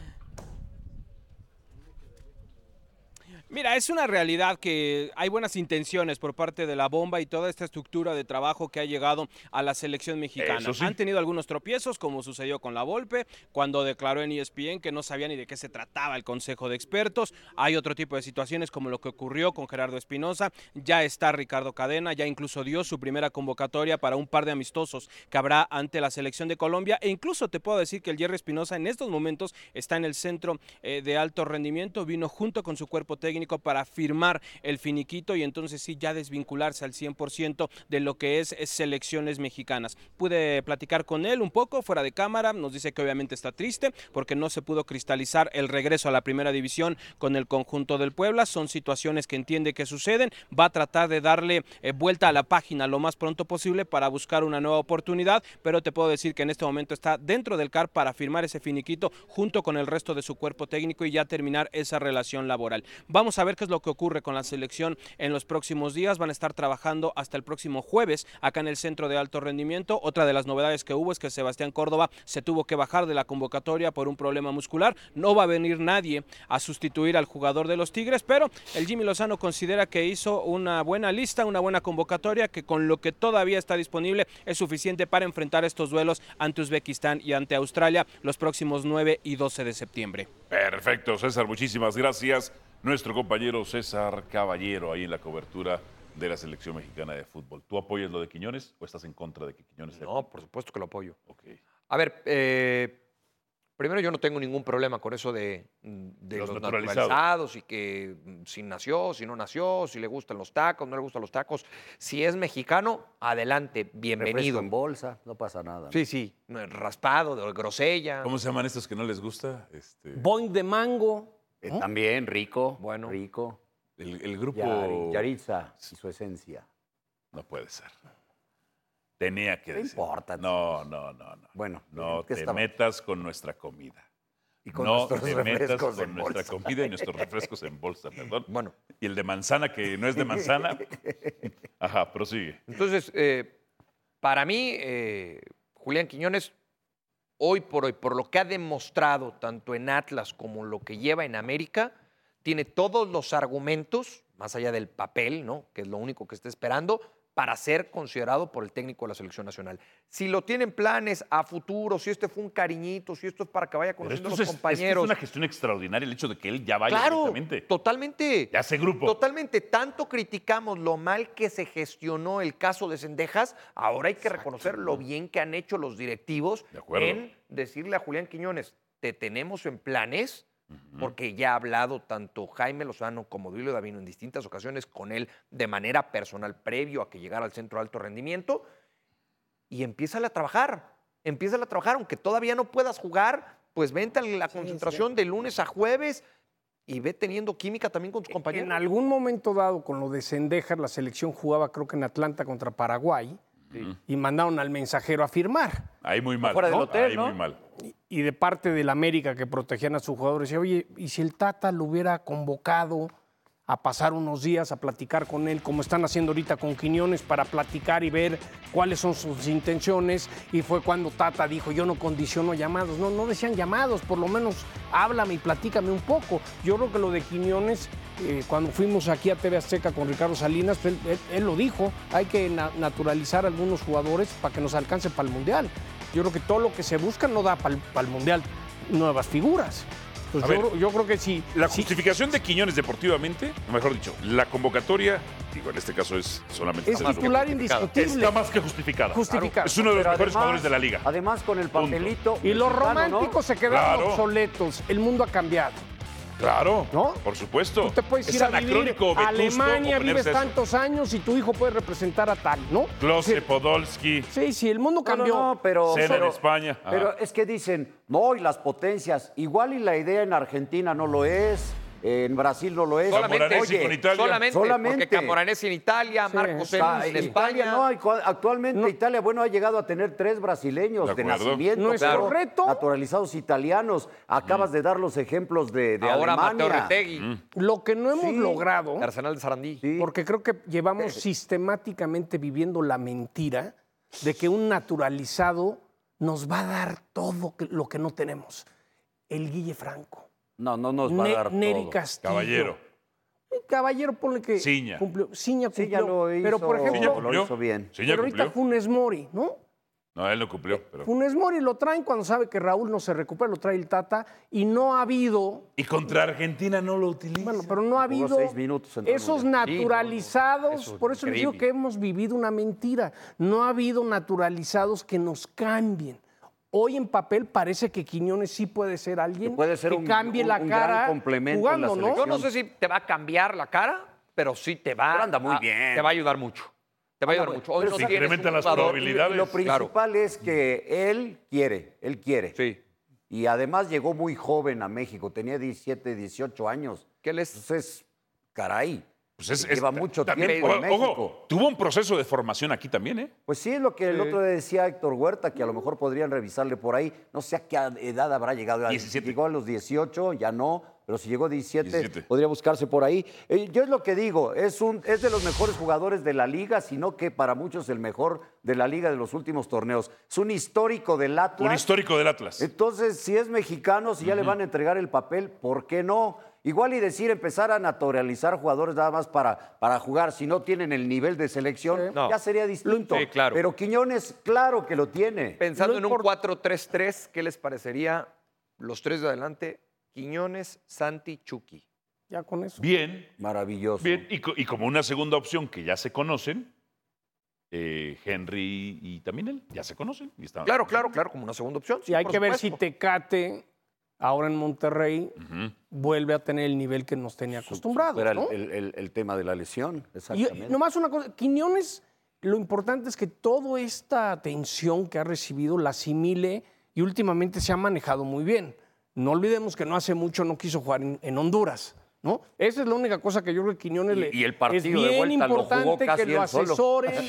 Speaker 7: Mira, es una realidad que hay buenas intenciones por parte de la bomba y toda esta estructura de trabajo que ha llegado a la selección mexicana.
Speaker 2: Eso sí.
Speaker 7: Han tenido algunos tropiezos, como sucedió con la Volpe, cuando declaró en E ESPN que no sabía ni de qué se trataba el Consejo de Expertos. Hay otro tipo de situaciones como lo que ocurrió con Gerardo Espinosa. Ya está Ricardo Cadena, ya incluso dio su primera convocatoria para un par de amistosos que habrá ante la selección de Colombia. E incluso te puedo decir que el Jerry Espinosa en estos momentos está en el centro eh, de alto rendimiento. Vino junto con su cuerpo técnico para firmar el finiquito y entonces sí ya desvincularse al 100% de lo que es eh, selecciones mexicanas. Pude platicar con él un poco fuera de cámara. Nos dice que obviamente está triste porque no se pudo cristalizar el regreso a la primera división con el conjunto del Puebla. Son situaciones que entiende que suceden. Va a tratar de darle eh, vuelta a la página lo más pronto posible para buscar una nueva oportunidad. Pero te puedo decir que en este momento está dentro del CAR para firmar ese finiquito junto con el resto de su cuerpo técnico y ya terminar esa relación laboral. Vamos a ver qué es lo que ocurre con la selección en los próximos días. Van a estar trabajando hasta el próximo jueves acá en el centro de alto rendimiento. Otra de las novedades que hubo es que Sebastián Córdoba se tuvo que bajar de la convocatoria por un problema muscular. No va a venir nadie a sustituir al jugador de los Tigres, pero el Jimmy Lozano considera que hizo una buena lista, una buena convocatoria que con lo que todavía está disponible es suficiente para enfrentar estos duelos ante Uzbekistán y ante Australia los próximos 9 y 12 de septiembre.
Speaker 2: Perfecto, César, muchísimas gracias. Nuestro compañero César Caballero ahí en la cobertura de la selección mexicana de fútbol. ¿Tú apoyas lo de Quiñones o estás en contra de que Quiñones sea-
Speaker 6: No, por supuesto que lo apoyo.
Speaker 2: Ok.
Speaker 6: A ver, eh, primero yo no tengo ningún problema con eso de, mm, de
Speaker 2: Los
Speaker 6: los,
Speaker 2: naturalizados.
Speaker 6: naturalizados. y que mm, si nació, si no nació, si le gustan los tacos, no le gustan los tacos. Si es mexicano, adelante,
Speaker 3: Refresco
Speaker 6: bienvenido.
Speaker 3: en bolsa, no pasa nada. ¿no?
Speaker 6: Sí, sí, no, raspado, de grosella.
Speaker 2: ¿Cómo se llaman estos que no les gusta? Este,
Speaker 4: Boing de mango.
Speaker 3: Eh, También rico,
Speaker 6: Bueno.
Speaker 3: rico.
Speaker 2: el, el grupo...
Speaker 3: Yari- Yaritza y su esencia.
Speaker 2: No puede ser. Tenía que
Speaker 3: No
Speaker 2: decir.
Speaker 3: importa,
Speaker 2: No, no, no, no.
Speaker 3: Bueno,
Speaker 2: no
Speaker 3: ¿qué
Speaker 2: te
Speaker 3: estaba?
Speaker 2: metas con nuestra comida.
Speaker 3: Y con
Speaker 2: no
Speaker 3: nuestros
Speaker 2: te metas
Speaker 3: refrescos
Speaker 2: con
Speaker 3: en
Speaker 2: nuestra
Speaker 3: bolsa.
Speaker 2: comida y nuestros refrescos en bolsa, perdón.
Speaker 5: Bueno.
Speaker 2: Y el de manzana que no es de manzana. Ajá, prosigue.
Speaker 5: Entonces, eh, para mí, eh, Julián Quiñones, hoy por hoy, por lo que ha demostrado tanto en Atlas como lo que lleva en América, tiene todos los argumentos, más allá del papel, ¿no? que es lo único que está esperando, para ser considerado por el técnico de la selección nacional. Si lo tienen planes a futuro, si este fue un cariñito, si esto es para que vaya
Speaker 2: Pero
Speaker 5: conociendo
Speaker 2: esto
Speaker 5: a
Speaker 2: es,
Speaker 5: los
Speaker 2: esto es
Speaker 5: compañeros.
Speaker 2: una gestión extraordinaria el hecho de que él ya vaya
Speaker 5: claro,
Speaker 2: directamente.
Speaker 5: totalmente.
Speaker 2: Ya hace grupo.
Speaker 5: Totalmente. Tanto criticamos lo mal que se gestionó el caso de Cendejas, ahora hay que reconocer lo bien que han hecho los directivos
Speaker 2: De acuerdo.
Speaker 5: en decirle a Julián Quiñones, te tenemos en planes, porque ya ha hablado tanto Jaime Lozano como Duilio Davino en distintas ocasiones con él de manera personal previo a que llegara al centro de alto rendimiento, y empieza a trabajar. Empieza a trabajar, aunque todavía no puedas jugar, pues vente a la concentración de lunes a jueves y ve teniendo química también con tus compañeros.
Speaker 4: En algún momento dado, con lo de Cendejas, la selección jugaba, creo que en Atlanta contra Paraguay, y mandaron al mensajero a firmar.
Speaker 2: Ahí muy mal.
Speaker 8: Afuera del
Speaker 2: ¿no?
Speaker 8: hotel,
Speaker 2: Ahí
Speaker 8: ¿no?
Speaker 2: muy mal.
Speaker 4: Y- Y de parte del América que protegían a sus jugadores, decía, oye, ¿y si el Tata lo hubiera convocado a pasar unos días a platicar con él, como están haciendo ahorita con Quiñones, para platicar y ver cuáles son sus intenciones? Y fue cuando Tata dijo, yo no condiciono llamados. No, no decían llamados, por lo menos háblame y platícame un poco. Yo creo que lo de Quiñones, eh, cuando fuimos aquí a TV Azteca con Ricardo Salinas, él, él- él lo dijo, hay que na- naturalizar a algunos jugadores para que nos alcance para el Mundial. Yo creo que todo lo que se busca no da para el, Mundial nuevas figuras. Entonces,
Speaker 2: A
Speaker 4: yo,
Speaker 2: ver,
Speaker 4: creo- yo creo que sí.
Speaker 2: La
Speaker 4: sí-
Speaker 2: justificación de Quiñones deportivamente, o mejor dicho, la convocatoria, digo, en este caso es solamente...
Speaker 4: es
Speaker 2: Está más que
Speaker 4: titular
Speaker 2: justificada.
Speaker 4: indiscutible.
Speaker 2: Está más que justificada.
Speaker 4: Justificada.
Speaker 2: Es uno de los
Speaker 3: Pero
Speaker 2: mejores
Speaker 3: además-
Speaker 2: jugadores de la liga.
Speaker 3: Además, con el
Speaker 2: Punto.
Speaker 3: papelito.
Speaker 4: Y los
Speaker 3: mexicano, ¿no?
Speaker 4: románticos se quedaron
Speaker 2: Claro.
Speaker 4: obsoletos. El mundo ha cambiado.
Speaker 2: Claro,
Speaker 4: ¿No?
Speaker 2: por supuesto.
Speaker 4: Tú te puedes
Speaker 2: es
Speaker 4: ir a vivir
Speaker 2: anacrónico,
Speaker 4: a
Speaker 2: vetusto
Speaker 4: Alemania,
Speaker 2: oponerse
Speaker 4: vives
Speaker 2: a eso.
Speaker 4: tantos años y tu hijo puede representar a tal, ¿no?
Speaker 2: Klose, Podolski,
Speaker 4: Sí, sí, el
Speaker 3: No,
Speaker 4: mundo
Speaker 3: no,
Speaker 4: cambió.
Speaker 3: no, pero,
Speaker 2: Cero en
Speaker 3: pero-
Speaker 2: España. Ajá.
Speaker 3: Pero es que dicen, no, y las potencias. Igual y la idea en Argentina no lo es, en Brasil no lo es.
Speaker 2: Camoranesi
Speaker 3: Oye,
Speaker 2: con Italia.
Speaker 5: Solamente,
Speaker 3: Solamente.
Speaker 5: porque Camoranesi en Italia,
Speaker 4: Sí,
Speaker 5: Marcos
Speaker 3: está-
Speaker 5: Ellis en
Speaker 3: Italia,
Speaker 5: España.
Speaker 3: no, acu- actualmente Italia, bueno, ha llegado a tener tres brasileños
Speaker 2: De
Speaker 3: de,
Speaker 2: acuerdo.
Speaker 3: nacimiento,
Speaker 4: Nuestro
Speaker 3: pero
Speaker 4: reto-
Speaker 3: naturalizados italianos.
Speaker 2: Mm.
Speaker 3: Acabas de dar los ejemplos de, de
Speaker 5: Ahora
Speaker 3: Alemania.
Speaker 5: Mateo Retegui,
Speaker 4: Lo que no hemos
Speaker 3: Sí.
Speaker 4: logrado,
Speaker 5: Arsenal de Sarandí.
Speaker 3: Sí. Eh,
Speaker 4: porque creo que llevamos sistemáticamente viviendo la mentira de que un naturalizado nos va a dar todo que- lo que no tenemos. El Guille Franco,
Speaker 3: No, no nos va a
Speaker 4: Ne-
Speaker 3: dar
Speaker 4: Neri
Speaker 3: todo.
Speaker 4: Castillo.
Speaker 2: caballero.
Speaker 4: Eh, Caballero, ponle que
Speaker 2: Ciña.
Speaker 4: cumplió. Ciña
Speaker 3: Sí,
Speaker 4: cumplió.
Speaker 3: ya lo hizo.
Speaker 4: pero por ejemplo,
Speaker 2: Ciña cumplió.
Speaker 3: lo hizo bien.
Speaker 2: Sí, ya
Speaker 4: pero ahorita
Speaker 2: cumplió.
Speaker 4: Funes Mori, ¿no?
Speaker 2: No, él no cumplió. Pero...
Speaker 4: Funes Mori lo traen cuando sabe que Raúl no se recupera, lo trae el Tata y no ha habido
Speaker 2: Y contra Argentina no lo utiliza.
Speaker 4: Bueno, pero no ha
Speaker 3: Jugó
Speaker 4: habido
Speaker 3: seis minutos en todo el
Speaker 4: esos
Speaker 3: Mundial.
Speaker 4: naturalizados,
Speaker 5: Sí, no, no, eso es
Speaker 4: por eso les digo
Speaker 5: increíble.
Speaker 4: que hemos vivido una mentira, no ha habido naturalizados que nos cambien. Hoy en papel parece que Quiñones sí puede ser alguien
Speaker 3: Que puede ser
Speaker 4: que
Speaker 3: un-
Speaker 4: cambie
Speaker 3: un-
Speaker 4: la
Speaker 3: un gran
Speaker 4: cara
Speaker 3: complemento en la
Speaker 4: jugando, ¿no?
Speaker 5: Yo no sé si te va a cambiar la cara, pero sí te va.
Speaker 3: Pero anda muy
Speaker 5: a-
Speaker 3: bien.
Speaker 5: Te va a ayudar mucho. Te va a ayudar mucho. Hoy
Speaker 3: pero
Speaker 5: no
Speaker 3: se
Speaker 5: tienes un
Speaker 2: incrementan las
Speaker 5: jugador-
Speaker 2: probabilidades.
Speaker 3: Lo
Speaker 5: Claro.
Speaker 3: principal es que él quiere, él quiere.
Speaker 5: Sí.
Speaker 3: Y además llegó muy joven a México, tenía 17, 18 años.
Speaker 5: Que él es-
Speaker 3: Entonces, caray,
Speaker 2: Pues es-
Speaker 3: lleva
Speaker 2: es-
Speaker 3: mucho
Speaker 2: también-
Speaker 3: tiempo en
Speaker 2: o-
Speaker 3: México.
Speaker 2: Ojo, tuvo un proceso de formación aquí también, ¿eh?
Speaker 3: Pues sí, es lo que el otro día decía Héctor Huerta, que a lo mejor podrían revisarle por ahí. No sé a qué edad habrá llegado.
Speaker 2: 17.
Speaker 3: Llegó a los 18, ya no, pero si llegó a 17,
Speaker 2: 17.
Speaker 3: podría buscarse por ahí. Eh, yo es lo que digo, es, un, es de los mejores jugadores de la liga, sino que para muchos el mejor de la liga de los últimos torneos. Es un histórico del Atlas.
Speaker 2: Un histórico del Atlas.
Speaker 3: Entonces, si es mexicano, si ya le van a entregar el papel, ¿por qué no? Igual y decir, empezar a naturalizar jugadores nada más para, para jugar, si no tienen el nivel de selección,
Speaker 5: No.
Speaker 3: ya sería distinto.
Speaker 5: Sí, claro.
Speaker 3: Pero Quiñones, claro que lo tiene.
Speaker 5: Pensando
Speaker 4: Lo
Speaker 5: en un
Speaker 4: import-
Speaker 5: 4-3-3, ¿qué les parecería los tres de adelante? Quiñones, Santi, Chucky.
Speaker 4: Ya con eso.
Speaker 2: Bien,
Speaker 3: Maravilloso.
Speaker 2: bien. Y, co- y como una segunda opción que ya se conocen, eh, Henry y también él, ya se conocen. y están-
Speaker 5: Claro, claro, claro, como una segunda opción.
Speaker 4: Sí, hay
Speaker 5: por
Speaker 4: que ver si
Speaker 5: supuesto.
Speaker 4: Tecate, ahora en Monterrey,
Speaker 2: Ujú.
Speaker 4: vuelve a tener el nivel que nos tenía acostumbrados.
Speaker 3: Era el-
Speaker 4: ¿no?
Speaker 3: el, el- el tema de la lesión,
Speaker 4: Y-
Speaker 3: exactamente.
Speaker 4: Y nomás una cosa, Quiñones, lo importante es que toda esta atención que ha recibido la asimile y últimamente se ha manejado muy bien. No olvidemos que no hace mucho no quiso jugar en, en Honduras, ¿no? Esa es la única cosa que yo creo que Quiñones
Speaker 3: Y-
Speaker 4: le.
Speaker 3: y el partido
Speaker 4: es
Speaker 3: de
Speaker 4: bien
Speaker 3: vuelta lo jugó
Speaker 4: importante
Speaker 3: casi
Speaker 4: que lo
Speaker 3: él solo.
Speaker 4: asesoren.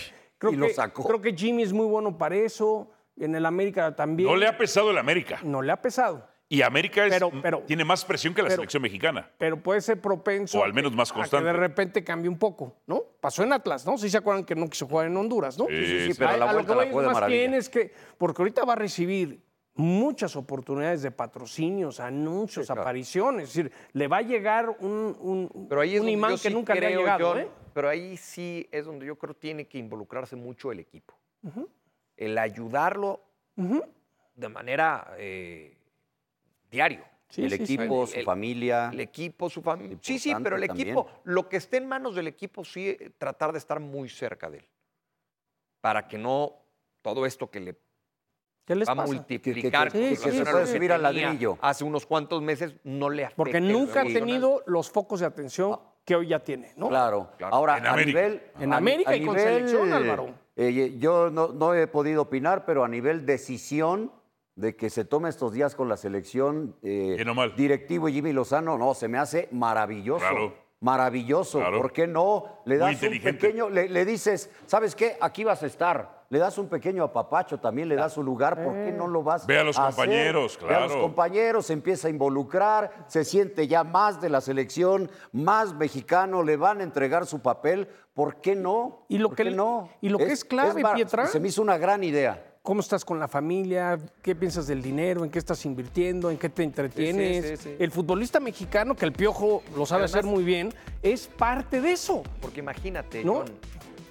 Speaker 4: Creo,
Speaker 3: Y
Speaker 4: que,
Speaker 3: lo sacó.
Speaker 4: creo que Jimmy es muy bueno para eso. En el América también.
Speaker 2: No le ha pesado el América.
Speaker 4: No le ha pesado.
Speaker 2: Y América es-
Speaker 4: Pero- pero-
Speaker 2: tiene más presión que la
Speaker 4: pero-
Speaker 2: selección mexicana.
Speaker 4: pero puede ser propenso.
Speaker 2: O
Speaker 4: a
Speaker 2: al
Speaker 4: que-
Speaker 2: menos más
Speaker 4: a
Speaker 2: constante.
Speaker 4: que de repente cambie un poco, ¿no? Pasó en Atlas, ¿no? Si se acuerdan que no quiso jugar en Honduras, ¿no?
Speaker 2: Sí, sí, sí,
Speaker 3: pero a la
Speaker 4: lo
Speaker 3: vuelta
Speaker 4: que
Speaker 3: la
Speaker 4: voy es
Speaker 3: juega de
Speaker 4: más
Speaker 3: maravilla.
Speaker 4: bien es que, porque ahorita va a recibir muchas oportunidades de patrocinios, anuncios, apariciones. Es decir, le va a llegar un, un-
Speaker 5: Pero ahí es
Speaker 4: un
Speaker 5: donde
Speaker 4: imán
Speaker 5: yo
Speaker 4: que
Speaker 5: sí
Speaker 4: nunca le ha
Speaker 5: creo,
Speaker 4: llegado,
Speaker 5: John,
Speaker 4: ¿eh?
Speaker 5: Pero ahí sí es donde yo creo tiene que involucrarse mucho el equipo. El ayudarlo de manera eh, diario.
Speaker 4: Sí,
Speaker 3: el
Speaker 4: sí, sí.
Speaker 3: equipo,
Speaker 5: sí.
Speaker 3: su familia.
Speaker 5: El equipo, su familia. Sí, sí,
Speaker 3: Ah. Importante
Speaker 5: pero el
Speaker 3: también.
Speaker 5: equipo, lo que esté en manos del equipo, sí, eh, tratar de estar muy cerca de él. Para que no todo esto que le
Speaker 4: ¿Qué les
Speaker 5: va a
Speaker 4: pasa?
Speaker 5: multiplicar.
Speaker 4: que- que-
Speaker 5: que
Speaker 4: sí, sí, sí,
Speaker 5: era lo
Speaker 4: sí.
Speaker 5: que
Speaker 3: subir al
Speaker 5: tenía
Speaker 3: ladrillo.
Speaker 5: Hace unos cuantos meses no le afecta.
Speaker 4: Porque nunca ha
Speaker 5: emocional.
Speaker 4: tenido los focos de atención que hoy ya tiene, ¿no?
Speaker 3: Claro.
Speaker 5: Ah. Claro.
Speaker 3: Ahora,
Speaker 2: En
Speaker 3: a
Speaker 2: América.
Speaker 3: nivel.
Speaker 4: En
Speaker 3: a ni-
Speaker 4: América
Speaker 3: a
Speaker 4: y con
Speaker 3: nivel,
Speaker 4: selección,
Speaker 3: eh,
Speaker 4: Álvaro.
Speaker 3: eh, yo no, no he podido opinar, pero a nivel decisión de que se tome estos días con la selección, eh,
Speaker 2: Bien o mal.
Speaker 3: directivo y Jimmy Lozano, no, se me hace maravilloso.
Speaker 2: Claro.
Speaker 3: Maravilloso.
Speaker 2: Claro.
Speaker 3: ¿Por qué no? Le das un
Speaker 2: inteligente.
Speaker 3: pequeño, le, le dices, ¿sabes qué? Aquí vas a estar. Le das un pequeño apapacho, también le das su lugar, ¿por
Speaker 4: Eh.
Speaker 3: qué no lo vas
Speaker 2: Ve a los
Speaker 3: hacer?
Speaker 2: compañeros,
Speaker 3: Ve a los
Speaker 2: claro.
Speaker 3: compa- compañeros, se empieza a involucrar, se siente ya más de la selección, más mexicano, le van a entregar su papel, ¿por qué no?
Speaker 4: Y lo
Speaker 3: ¿Por
Speaker 4: que
Speaker 3: qué
Speaker 4: le-
Speaker 3: no?
Speaker 4: y lo que es clave,
Speaker 3: mar-
Speaker 4: Pietra.
Speaker 3: Se me hizo una gran idea.
Speaker 4: ¿Cómo estás con la familia? ¿Qué piensas del dinero? ¿En qué estás invirtiendo? ¿En qué te entretienes?
Speaker 5: sí, sí.
Speaker 4: El futbolista mexicano, que el piojo lo sabe hacer muy bien, es parte de eso.
Speaker 5: Porque imagínate,
Speaker 4: ¿No?
Speaker 5: John,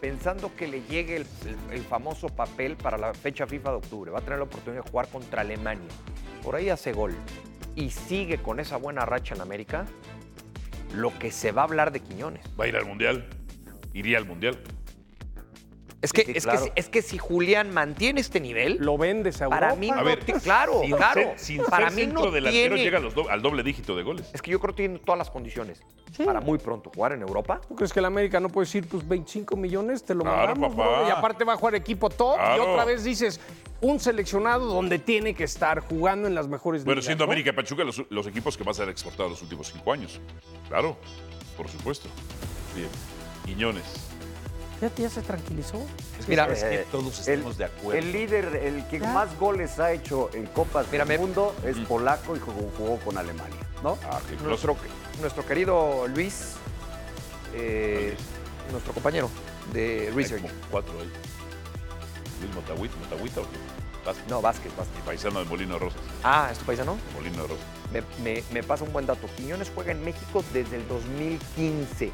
Speaker 5: pensando que le llegue el, el- el famoso papel para la fecha FIFA de octubre, va a tener la oportunidad de jugar contra Alemania. Por ahí hace gol y sigue con esa buena racha en América, lo que se va a hablar de Quiñones.
Speaker 2: Va a ir al Mundial. Iría al Mundial.
Speaker 5: Es que,
Speaker 3: sí,
Speaker 5: es,
Speaker 3: claro.
Speaker 5: que, si- es que si Julián mantiene este nivel,
Speaker 4: Lo vendes a
Speaker 5: para
Speaker 4: Europa.
Speaker 5: mí
Speaker 2: A
Speaker 5: no
Speaker 2: ver,
Speaker 5: ti- claro,
Speaker 2: sin
Speaker 5: claro.
Speaker 2: ser- sin
Speaker 5: para
Speaker 2: ser
Speaker 5: mí
Speaker 2: centro
Speaker 5: no
Speaker 2: delantero
Speaker 5: tiene,
Speaker 2: llega a los do- al doble dígito de goles.
Speaker 5: Es que yo creo que tiene todas las condiciones para muy pronto jugar en Europa.
Speaker 4: ¿Tú crees que la América no puede decir, pues 25 millones, te lo
Speaker 2: Claro,
Speaker 4: mandamos,
Speaker 2: papá.
Speaker 4: bro? Y aparte va a jugar equipo top.
Speaker 2: Claro.
Speaker 4: Y otra vez dices, un seleccionado donde tiene que estar jugando en las mejores
Speaker 2: Bueno,
Speaker 4: ligas,
Speaker 2: siendo
Speaker 4: ¿no?
Speaker 2: América y Pachuca los, los equipos que más han exportado los últimos cinco años. Claro, por supuesto. Bien. Quiñones.
Speaker 4: Fíjate, ya se tranquilizó.
Speaker 5: Mira,
Speaker 9: Es que
Speaker 3: Eh,
Speaker 9: todos
Speaker 3: el-
Speaker 9: estamos de acuerdo.
Speaker 3: El líder, el que más goles ha hecho en Copas
Speaker 5: Mírame.
Speaker 3: del Mundo es
Speaker 9: Mm.
Speaker 3: polaco y jugó, jugó con Alemania, ¿no?
Speaker 2: Ah, qué grosso.
Speaker 5: nuestro, nuestro querido Luis, eh, nuestro compañero de
Speaker 2: Hay
Speaker 5: Research.
Speaker 2: como Cuatro ahí. Luis Motagüita, Motagüita o qué? Vas-
Speaker 5: No, Vázquez, Vázquez.
Speaker 2: Mi paisano de Molino de Rosas.
Speaker 5: Ah, ¿es tu paisano?
Speaker 2: Molino de Rosas.
Speaker 5: Me, me- me pasa un buen dato. Quiñones juega en México desde el 2015.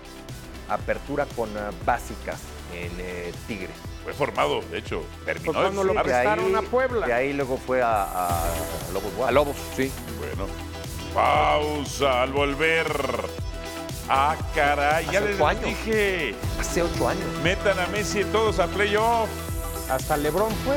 Speaker 5: Apertura con ah, básicas en eh, Tigres.
Speaker 2: Fue formado, de hecho, terminó
Speaker 5: Pues,
Speaker 2: de
Speaker 4: cuando lo
Speaker 2: formar.
Speaker 3: De ahí-
Speaker 4: prestaron a Puebla.
Speaker 3: De ahí luego fue a, a- a Lobos Guap.
Speaker 5: A Lobos, sí.
Speaker 2: Bueno, pausa al volver. Ah, caray, ya
Speaker 5: Hace
Speaker 2: les
Speaker 5: ocho años.
Speaker 2: dije.
Speaker 5: Hace ocho años.
Speaker 2: Metan a Messi todos a playoff.
Speaker 4: Hasta Lebrón fue.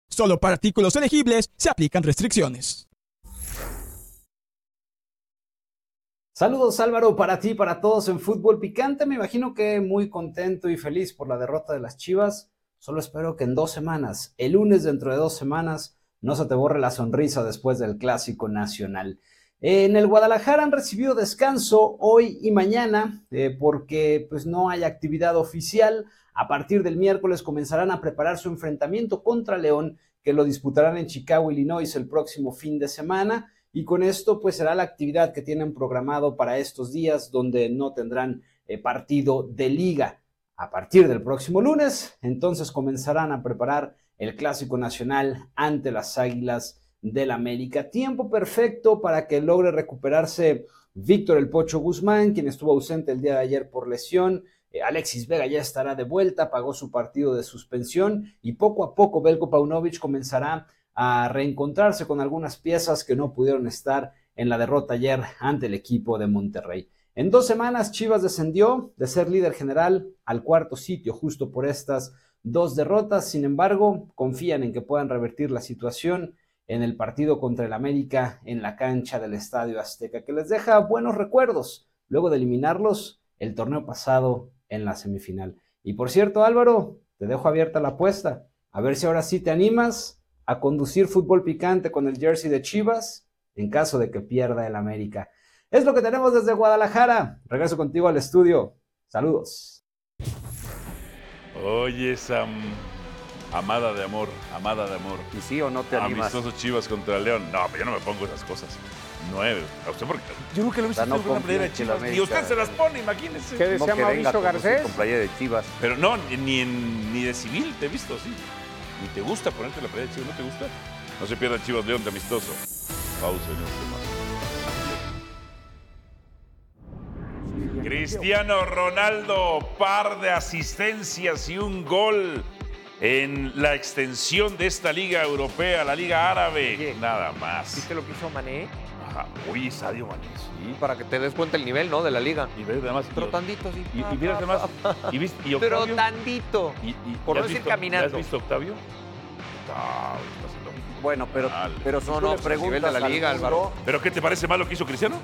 Speaker 10: Solo para artículos elegibles se aplican restricciones.
Speaker 11: Saludos Álvaro para ti, para todos en Fútbol Picante. Me imagino que muy contento y feliz por la derrota de las Chivas. Solo espero que en dos semanas, el lunes dentro de dos semanas, no se te borre la sonrisa después del Clásico Nacional. En el Guadalajara han recibido descanso hoy y mañana eh, porque pues, no hay actividad oficial. A partir del miércoles comenzarán a preparar su enfrentamiento contra León, que lo disputarán en Chicago, Illinois, el próximo fin de semana. Y con esto, pues será la actividad que tienen programado para estos días, donde no tendrán eh, partido de liga. a partir del próximo lunes. Entonces comenzarán a preparar el Clásico Nacional ante las Águilas del América. Tiempo perfecto para que logre recuperarse Víctor El Pocho Guzmán, quien estuvo ausente el día de ayer por lesión. Eh, Alexis Vega ya estará de vuelta, pagó su partido de suspensión y poco a poco Belko Paunovic comenzará a reencontrarse con algunas piezas que no pudieron estar en la derrota ayer ante el equipo de Monterrey. En dos semanas Chivas descendió de ser líder general al cuarto sitio justo por estas dos derrotas, sin embargo confían en que puedan revertir la situación en el partido contra el América en la cancha del Estadio Azteca, que les deja buenos recuerdos luego de eliminarlos el torneo pasado en la semifinal. Y por cierto, Álvaro, te dejo abierta la apuesta. A ver si ahora sí te animas a conducir fútbol picante con el jersey de Chivas en caso de que pierda el América. Es lo que tenemos desde Guadalajara. Regreso contigo al estudio. Saludos.
Speaker 2: Oye, Sam. Amada de amor, amada de amor.
Speaker 3: ¿Y sí o no
Speaker 5: Ah,
Speaker 3: te animas?
Speaker 2: Amistoso Chivas contra León. No, pero yo no me pongo esas cosas. Nueve. ¿A usted por qué? Yo nunca lo he visto
Speaker 3: sea, no
Speaker 2: con una
Speaker 3: confío
Speaker 2: playera de
Speaker 3: en que la
Speaker 2: Chivas. Y
Speaker 3: América
Speaker 2: usted se las pone, imagínese.
Speaker 4: ¿Qué decía
Speaker 3: que venga
Speaker 4: Mauricio
Speaker 3: con-
Speaker 4: Garcés?
Speaker 3: Con playa de Chivas.
Speaker 2: Pero no, ni, en- ni de civil te he visto así. Ni te gusta ponerte la playera de Chivas, ¿no te gusta? No se pierda Chivas León de amistoso. Pausa en este más. Cristiano Ronaldo, par de asistencias y un gol en la extensión de esta liga europea, la liga árabe.
Speaker 5: Oye.
Speaker 2: Nada más.
Speaker 5: ¿Viste lo que hizo Mané?
Speaker 2: Ajá. Oye, Sadio Mané, sí.
Speaker 6: Para que te des cuenta el nivel, ¿no? De la liga.
Speaker 2: Y ves además. y-
Speaker 6: Trotandito, sí. Ah,
Speaker 2: Y,
Speaker 5: Ah,
Speaker 2: y miras además. Y, viste- y Octavio.
Speaker 6: Trotandito.
Speaker 2: Y, y-
Speaker 6: Por
Speaker 2: ¿ya
Speaker 6: no
Speaker 2: has
Speaker 6: decir
Speaker 2: visto-
Speaker 6: caminando.
Speaker 2: ¿ya ¿Has visto Octavio? No, estás loco.
Speaker 3: Bueno, pero,
Speaker 9: Ah,
Speaker 2: Dale.
Speaker 3: pero si
Speaker 6: No,
Speaker 3: tú
Speaker 6: no,
Speaker 3: le
Speaker 6: pues, a nivel
Speaker 3: preguntas
Speaker 6: de la liga,
Speaker 3: al mundo,
Speaker 6: Álvaro.
Speaker 2: ¿Pero qué te parece mal lo que hizo Cristiano?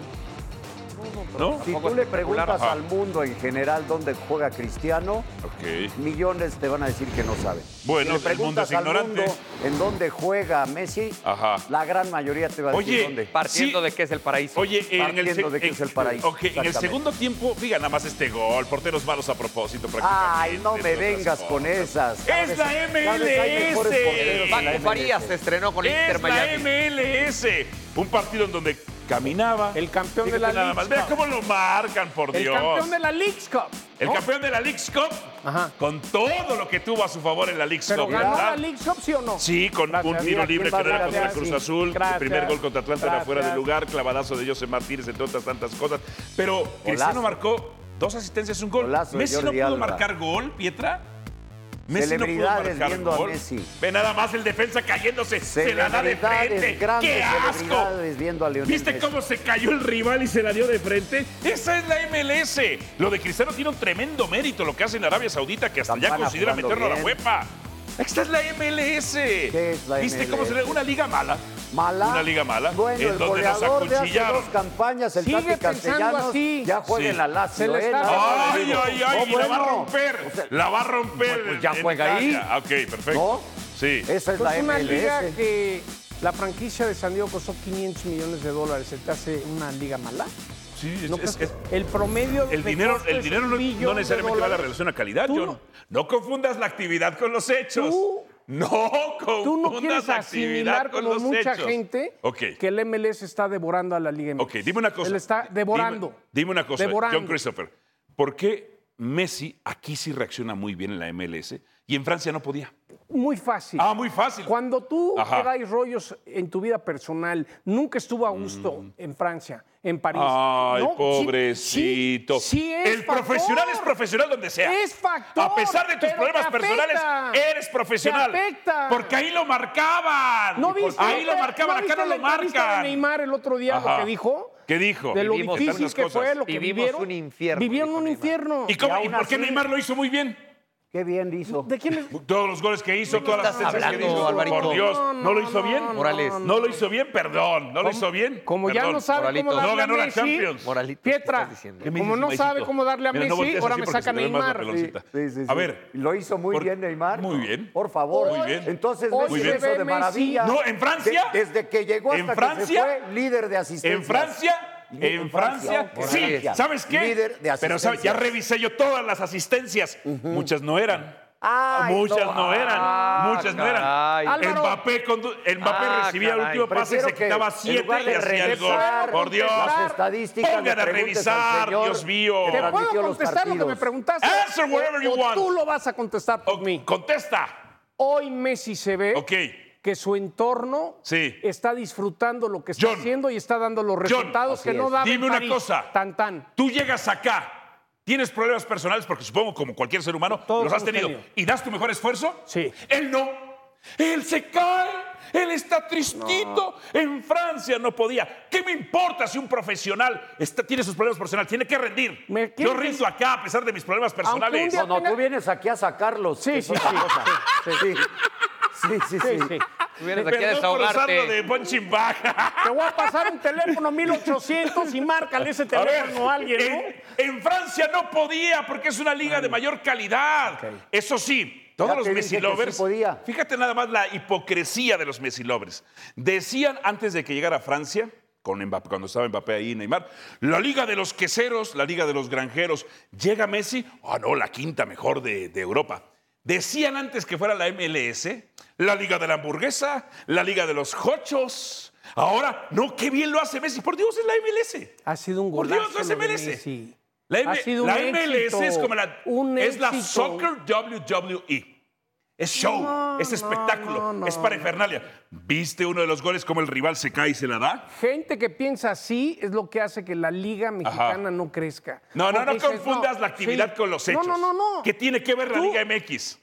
Speaker 2: No,
Speaker 3: si
Speaker 6: Tampoco
Speaker 3: tú le
Speaker 6: espectacular,
Speaker 3: preguntas
Speaker 2: ajá.
Speaker 3: al mundo en general dónde juega Cristiano,
Speaker 2: Ok.
Speaker 3: millones te van a decir que no saben.
Speaker 2: Bueno, el mundo
Speaker 3: si le preguntas
Speaker 2: es
Speaker 3: al
Speaker 2: ignorante.
Speaker 3: mundo en dónde juega Messi,
Speaker 2: Ajá.
Speaker 3: la gran mayoría te va a decir
Speaker 2: Oye,
Speaker 3: dónde.
Speaker 6: Partiendo
Speaker 2: Sí.
Speaker 6: de que es el paraíso.
Speaker 2: Oye, en el,
Speaker 3: Partiendo de que
Speaker 2: en-
Speaker 3: es el paraíso,
Speaker 2: ok, en el
Speaker 3: exactamente.
Speaker 2: segundo tiempo, diga nada más este gol, porteros malos a propósito.
Speaker 3: Ay,
Speaker 2: prácticamente,
Speaker 3: no me
Speaker 2: entre otras
Speaker 3: vengas con
Speaker 2: cosas.
Speaker 3: esas.
Speaker 2: Es la
Speaker 3: ¿Sabes? Hay mejores porteros en
Speaker 2: MLS.
Speaker 3: la
Speaker 6: Paco
Speaker 3: MLS.
Speaker 6: Farías se estrenó con el Inter
Speaker 2: Es la
Speaker 6: Miami.
Speaker 2: MLS. Un partido en donde caminaba.
Speaker 4: El campeón
Speaker 2: Fíjate
Speaker 4: de la
Speaker 2: nada
Speaker 4: Leagues
Speaker 2: más. Vea
Speaker 4: Cup.
Speaker 2: cómo lo marcan, por
Speaker 4: El
Speaker 2: Dios.
Speaker 4: campeón de la Leagues Cup.
Speaker 2: El
Speaker 4: ¿no?
Speaker 2: campeón de la Leagues Cup,
Speaker 4: Ajá.
Speaker 2: con todo lo que tuvo a su favor en la Leagues
Speaker 4: Pero
Speaker 2: Cup,
Speaker 4: ganó
Speaker 2: ¿verdad?
Speaker 4: la Leagues Cup, ¿sí o no?
Speaker 2: Sí, con
Speaker 4: Gracias.
Speaker 2: un tiro
Speaker 4: Mira,
Speaker 2: libre
Speaker 4: ¿quién
Speaker 2: que no era
Speaker 4: va a
Speaker 2: contra
Speaker 4: ganar?
Speaker 2: Cruz
Speaker 4: Sí.
Speaker 2: Azul, el
Speaker 4: Gracias.
Speaker 2: primer gol contra Atlanta era fuera de
Speaker 4: Gracias.
Speaker 2: lugar, clavadazo de José Martínez, entre otras tantas cosas. Pero Cristiano
Speaker 3: Golazo.
Speaker 2: marcó dos asistencias, un gol.
Speaker 3: Golazo de
Speaker 2: Messi no
Speaker 3: Jordi
Speaker 2: pudo
Speaker 3: Alba.
Speaker 2: marcar gol, Pietra.
Speaker 3: Celebridades viendo a Messi.
Speaker 2: Ve nada más el defensa cayéndose, se la da de
Speaker 3: Celebridades,
Speaker 2: frente.
Speaker 3: grandes
Speaker 2: ¡Qué asco!
Speaker 3: celebridades viendo a Lionel
Speaker 2: ¿Viste
Speaker 3: Messi.
Speaker 2: cómo se cayó el rival y se la dio de frente? Esa es la MLS. Lo de Cristiano tiene un tremendo mérito lo que hace en Arabia Saudita, que hasta ya
Speaker 3: Campana
Speaker 2: considera
Speaker 3: jugando
Speaker 2: meterlo a la
Speaker 3: bien.
Speaker 2: huepa. Esta es la MLS.
Speaker 3: ¿Qué es la
Speaker 2: ¿Viste
Speaker 3: MLS?
Speaker 2: cómo se le una liga mala?
Speaker 3: Mala.
Speaker 2: Una liga mala.
Speaker 3: Bueno,
Speaker 2: en
Speaker 3: el
Speaker 2: donde nos
Speaker 3: goleador de hace
Speaker 2: acuchillaron.
Speaker 3: dos campañas, el
Speaker 4: Sigue
Speaker 3: Tati
Speaker 4: pensando
Speaker 3: Castellanos,
Speaker 4: así.
Speaker 3: ya juega
Speaker 2: Sí.
Speaker 3: en la Lazio.
Speaker 4: Se le
Speaker 3: ¿eh?
Speaker 4: está-
Speaker 3: Nada más
Speaker 2: ¡Ay,
Speaker 3: digo.
Speaker 2: ay, ay!
Speaker 3: No,
Speaker 2: y la va a
Speaker 3: bueno.
Speaker 2: romper.
Speaker 3: O sea,
Speaker 2: la va a romper.
Speaker 3: Pues ya
Speaker 2: en
Speaker 3: juega ahí.
Speaker 2: Italia. Ah, Ok, perfecto.
Speaker 3: ¿No?
Speaker 2: Sí.
Speaker 3: Esa es
Speaker 4: Pues
Speaker 3: la
Speaker 4: una
Speaker 3: MLS.
Speaker 4: liga que la franquicia de San Diego costó 500 millones de dólares. ¿Se te hace una liga mala?
Speaker 2: Sí, es-
Speaker 4: ¿No
Speaker 2: es-
Speaker 4: crees?
Speaker 2: es-
Speaker 4: el promedio
Speaker 2: El
Speaker 4: de
Speaker 2: dinero,
Speaker 4: costo
Speaker 2: el
Speaker 4: es
Speaker 2: dinero
Speaker 4: un
Speaker 2: no,
Speaker 4: billón
Speaker 2: no
Speaker 4: de
Speaker 2: necesariamente va a la
Speaker 4: dólares.
Speaker 2: relación a calidad,
Speaker 4: Tú
Speaker 2: John. No,
Speaker 4: no-
Speaker 2: confundas la actividad con los hechos.
Speaker 4: Tú-
Speaker 2: no
Speaker 4: Tú no
Speaker 2: confundas
Speaker 4: quieres
Speaker 2: la actividad
Speaker 4: asimilar
Speaker 2: con
Speaker 4: como
Speaker 2: los
Speaker 4: mucha
Speaker 2: hechos.
Speaker 4: gente
Speaker 2: Ok.
Speaker 4: que el MLS está devorando a la Liga MX.
Speaker 2: Ok, dime una cosa.
Speaker 4: Él está
Speaker 2: Dime-
Speaker 4: devorando.
Speaker 2: Dime, una cosa,
Speaker 4: Devorando.
Speaker 2: John Christopher. ¿Por qué Messi aquí sí reacciona muy bien en la MLS y en Francia no podía?
Speaker 4: Muy fácil.
Speaker 2: Ah, muy fácil.
Speaker 4: Cuando tú
Speaker 2: Ajá.
Speaker 4: te dais rollos en tu vida personal, nunca estuvo a gusto en Francia, en París.
Speaker 2: Mm. Ay,
Speaker 4: No, sí,
Speaker 2: pobrecito.
Speaker 4: Sí, sí es
Speaker 2: El profesional
Speaker 4: factor.
Speaker 2: es profesional donde sea.
Speaker 4: Es factor,
Speaker 2: A pesar de tus
Speaker 4: pero
Speaker 2: problemas
Speaker 4: te
Speaker 2: personales,
Speaker 4: afecta.
Speaker 2: eres profesional.
Speaker 4: Te afecta.
Speaker 2: Porque ahí lo marcaban.
Speaker 4: ¿No viste?
Speaker 2: ahí lo
Speaker 4: ¿No
Speaker 2: marcaban, acá
Speaker 4: viste
Speaker 2: no
Speaker 4: la
Speaker 2: lo
Speaker 4: entrevista
Speaker 2: marcan.
Speaker 4: de Neymar el otro día
Speaker 2: Ajá.
Speaker 4: lo que dijo?
Speaker 2: ¿Qué dijo?
Speaker 4: De lo
Speaker 5: Vivimos
Speaker 4: difícil
Speaker 2: tantas
Speaker 4: que
Speaker 2: cosas.
Speaker 4: fue, lo que
Speaker 5: Vivimos
Speaker 4: vivieron.
Speaker 5: un infierno,
Speaker 4: Vivieron
Speaker 5: dijo
Speaker 4: un
Speaker 5: Neymar.
Speaker 4: infierno.
Speaker 2: ¿Y, cómo-
Speaker 3: Y
Speaker 2: y
Speaker 3: aún
Speaker 2: por qué
Speaker 3: así-
Speaker 2: Neymar lo hizo muy bien?
Speaker 3: Qué bien hizo.
Speaker 4: ¿De quién es?
Speaker 2: Todos los goles que hizo, todas las
Speaker 6: estás
Speaker 2: asistencias que
Speaker 6: hablando,
Speaker 2: hizo.
Speaker 6: Alvarito?
Speaker 2: Por Dios, ¿no,
Speaker 4: No,
Speaker 2: lo
Speaker 4: no,
Speaker 2: hizo bien?
Speaker 4: no,
Speaker 6: Morales.
Speaker 2: No, lo hizo bien, perdón. No lo hizo bien.
Speaker 4: Como ya
Speaker 2: Perdón.
Speaker 4: no sabe
Speaker 6: Moralito.
Speaker 4: cómo darle
Speaker 2: No ganó
Speaker 4: a
Speaker 2: la
Speaker 4: Messi,
Speaker 2: Champions.
Speaker 6: Moralito, ¿qué
Speaker 4: Pietra,
Speaker 6: estás diciendo?
Speaker 2: ¿Qué me
Speaker 4: como
Speaker 2: dices,
Speaker 4: no sabe
Speaker 2: Maicito?
Speaker 4: cómo darle a
Speaker 2: Mira, no
Speaker 4: Messi,
Speaker 2: voltees
Speaker 4: ahora
Speaker 2: así
Speaker 4: me
Speaker 2: porque
Speaker 4: sacan
Speaker 2: se
Speaker 4: a
Speaker 2: te ve más
Speaker 4: Neymar.
Speaker 2: pelón. Peloncita.
Speaker 3: Sí, sí, sí.
Speaker 2: A ver.
Speaker 3: Lo hizo muy
Speaker 2: Por-
Speaker 3: bien Neymar.
Speaker 2: muy bien.
Speaker 3: Por favor.
Speaker 2: Muy bien.
Speaker 3: Entonces,
Speaker 4: Hoy
Speaker 3: Messi
Speaker 2: Muy
Speaker 3: lo
Speaker 2: bien.
Speaker 3: hizo de
Speaker 4: Messi.
Speaker 3: maravilla.
Speaker 2: No, en Francia.
Speaker 3: De- desde que llegó hasta
Speaker 2: En
Speaker 3: que
Speaker 2: Francia.
Speaker 3: se fue, líder de asistencia.
Speaker 2: En Francia, en Francia, sí, ¿sabes qué?
Speaker 3: Líder de asistencia.
Speaker 2: Pero ¿sabes? ya revisé yo todas las asistencias, muchas no eran.
Speaker 5: Ay,
Speaker 2: muchas
Speaker 5: no.
Speaker 2: no, eran,
Speaker 5: Ah,
Speaker 2: muchas
Speaker 5: caray.
Speaker 2: no eran. El
Speaker 5: Álvaro.
Speaker 2: Mbappé, condu- el Mbappé
Speaker 5: Ah,
Speaker 2: recibía el
Speaker 5: caray.
Speaker 2: último pase,
Speaker 3: Prefiero
Speaker 2: se
Speaker 3: que
Speaker 2: quitaba
Speaker 3: en
Speaker 2: siete
Speaker 3: lugar
Speaker 2: y
Speaker 3: de
Speaker 2: hacía el gol.
Speaker 3: regresar,
Speaker 2: Por Dios,
Speaker 3: las estadísticas, le
Speaker 2: pongan a
Speaker 3: preguntes al
Speaker 2: revisar,
Speaker 3: señor
Speaker 2: Dios mío.
Speaker 3: que
Speaker 4: ¿Te puedo
Speaker 3: transmitió los
Speaker 4: contestar lo que me
Speaker 3: partidos.
Speaker 4: preguntaste?
Speaker 2: Answer whatever you
Speaker 4: o
Speaker 2: want.
Speaker 4: tú lo vas a contestar por
Speaker 2: O-
Speaker 4: mí.
Speaker 2: Contesta.
Speaker 4: Hoy Messi se ve
Speaker 2: Ok.
Speaker 3: ¿Eh?
Speaker 4: que su entorno
Speaker 2: Sí.
Speaker 4: está disfrutando lo que está
Speaker 2: John.
Speaker 4: haciendo y está dando los resultados
Speaker 3: Así
Speaker 4: que no
Speaker 3: es.
Speaker 4: daba en
Speaker 2: Dime una
Speaker 4: París.
Speaker 2: cosa.
Speaker 4: Tan tan.
Speaker 2: Tú llegas acá, tienes problemas personales, porque supongo como cualquier ser humano
Speaker 4: Todos
Speaker 2: los has
Speaker 4: hemos
Speaker 2: tenido.
Speaker 4: tenido.
Speaker 2: ¿Y das tu mejor esfuerzo?
Speaker 4: Sí.
Speaker 2: Él no. Él se cae. Él está tristito. En Francia no podía. ¿Qué me importa si un profesional está- tiene sus problemas personales? Tiene que rendir.
Speaker 4: Me-
Speaker 2: Yo
Speaker 4: ¿quieres
Speaker 2: rindo acá a pesar de mis problemas
Speaker 4: un
Speaker 2: personales.
Speaker 4: día-
Speaker 3: No, no,
Speaker 4: Tenga-
Speaker 3: tú vienes aquí a sacarlos.
Speaker 4: Sí,
Speaker 3: es
Speaker 4: sí,
Speaker 3: otra
Speaker 4: sí.
Speaker 3: cosa. Sí, sí, sí.
Speaker 4: Sí,
Speaker 3: sí.
Speaker 4: sí.
Speaker 6: Tuvieras aquí a
Speaker 2: Perdón por usarlo
Speaker 6: desahogarte.
Speaker 2: de punching bag.
Speaker 4: Te voy a pasar un teléfono 1800 y márcale ese
Speaker 2: A ver,
Speaker 4: teléfono a alguien, ¿no?
Speaker 2: en, en Francia no podía porque es una liga de mayor calidad. Eso sí, todos
Speaker 3: Ah, Ya
Speaker 2: los
Speaker 3: te dije
Speaker 2: Messi
Speaker 3: que sí
Speaker 2: lovers.
Speaker 3: podía.
Speaker 2: Fíjate nada más la hipocresía de los Messi lovers. Decían antes de que llegara a Francia, con Mbappé, cuando estaba Mbappé ahí, Neymar, la liga de los queseros, la liga de los granjeros. Llega Messi, ah, no, la quinta mejor de, de Europa. Decían antes que fuera la MLS, la liga de la hamburguesa, la liga de los jochos. Ahora, no, qué bien lo hace Messi. Por Dios, es la MLS.
Speaker 4: Ha sido un
Speaker 2: Por
Speaker 4: golazo.
Speaker 2: Dios, no se
Speaker 4: lo de
Speaker 2: merece.
Speaker 4: Messi.
Speaker 2: La, M-
Speaker 4: Ha sido
Speaker 2: la
Speaker 4: un
Speaker 2: MLS
Speaker 4: éxito,
Speaker 2: es como la.
Speaker 4: un
Speaker 2: es la
Speaker 4: éxito.
Speaker 2: Soccer WWE. Es show,
Speaker 4: No,
Speaker 2: es
Speaker 4: no,
Speaker 2: espectáculo,
Speaker 4: no, no,
Speaker 2: es para Fernalia. ¿Viste uno de los goles como el rival se cae y se la da?
Speaker 4: Gente que piensa así es lo que hace que la liga mexicana no crezca.
Speaker 2: No, no,
Speaker 4: Porque
Speaker 2: no
Speaker 4: dices,
Speaker 2: confundas
Speaker 4: no,
Speaker 2: la actividad
Speaker 4: sí.
Speaker 2: con los hechos.
Speaker 4: No, no, no, no.
Speaker 2: ¿Qué tiene que ver la
Speaker 4: Tú-
Speaker 2: Liga MX?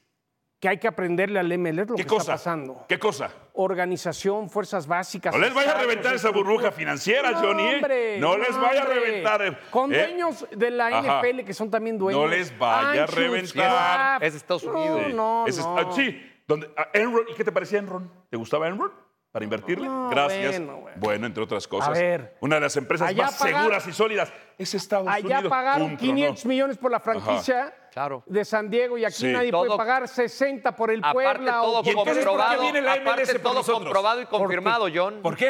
Speaker 4: Que hay que aprenderle al MLS lo
Speaker 2: ¿Qué
Speaker 4: que
Speaker 2: cosa?
Speaker 4: está pasando.
Speaker 2: ¿Qué cosa?
Speaker 4: Organización, fuerzas básicas.
Speaker 2: No les vaya a
Speaker 4: estadios,
Speaker 2: reventar esa
Speaker 4: estructura.
Speaker 2: burbuja financiera,
Speaker 4: No,
Speaker 2: Johnny. ¿eh?
Speaker 4: hombre,
Speaker 2: no les vaya a
Speaker 4: hombre.
Speaker 2: reventar. eh.
Speaker 4: Con
Speaker 2: Eh,
Speaker 4: dueños de la
Speaker 2: Ajá.
Speaker 4: NFL que son también dueños.
Speaker 2: No les vaya a
Speaker 4: Anschutz,
Speaker 2: reventar.
Speaker 4: Kraft.
Speaker 6: Es Estados Unidos.
Speaker 2: Sí.
Speaker 4: No, no,
Speaker 2: Ese es-
Speaker 4: no.
Speaker 2: ah, sí, donde, ah, Enron, ¿y qué te parecía Enron? ¿Te gustaba Enron? ¿Para invertirle?
Speaker 4: No,
Speaker 2: Gracias.
Speaker 4: bueno, bueno.
Speaker 2: entre otras cosas.
Speaker 4: A ver.
Speaker 2: Una de las empresas
Speaker 4: Allá
Speaker 2: más
Speaker 4: pagar-
Speaker 2: seguras y sólidas es Estados
Speaker 4: Allá
Speaker 2: Unidos.
Speaker 4: pagaron
Speaker 2: Punto,
Speaker 4: 500
Speaker 2: ¿no?
Speaker 4: millones por la franquicia
Speaker 6: Claro.
Speaker 4: de San Diego y aquí
Speaker 2: Sí.
Speaker 4: nadie puede
Speaker 6: Todo-
Speaker 4: pagar 60 por el
Speaker 6: Aparte
Speaker 4: Puebla.
Speaker 6: todo
Speaker 4: o-
Speaker 2: ¿Y entonces por qué
Speaker 6: comprobado,
Speaker 2: viene la MLS
Speaker 6: aparte
Speaker 2: por
Speaker 6: todo
Speaker 2: nosotros?
Speaker 6: comprobado y confirmado, John.
Speaker 2: ¿Por qué?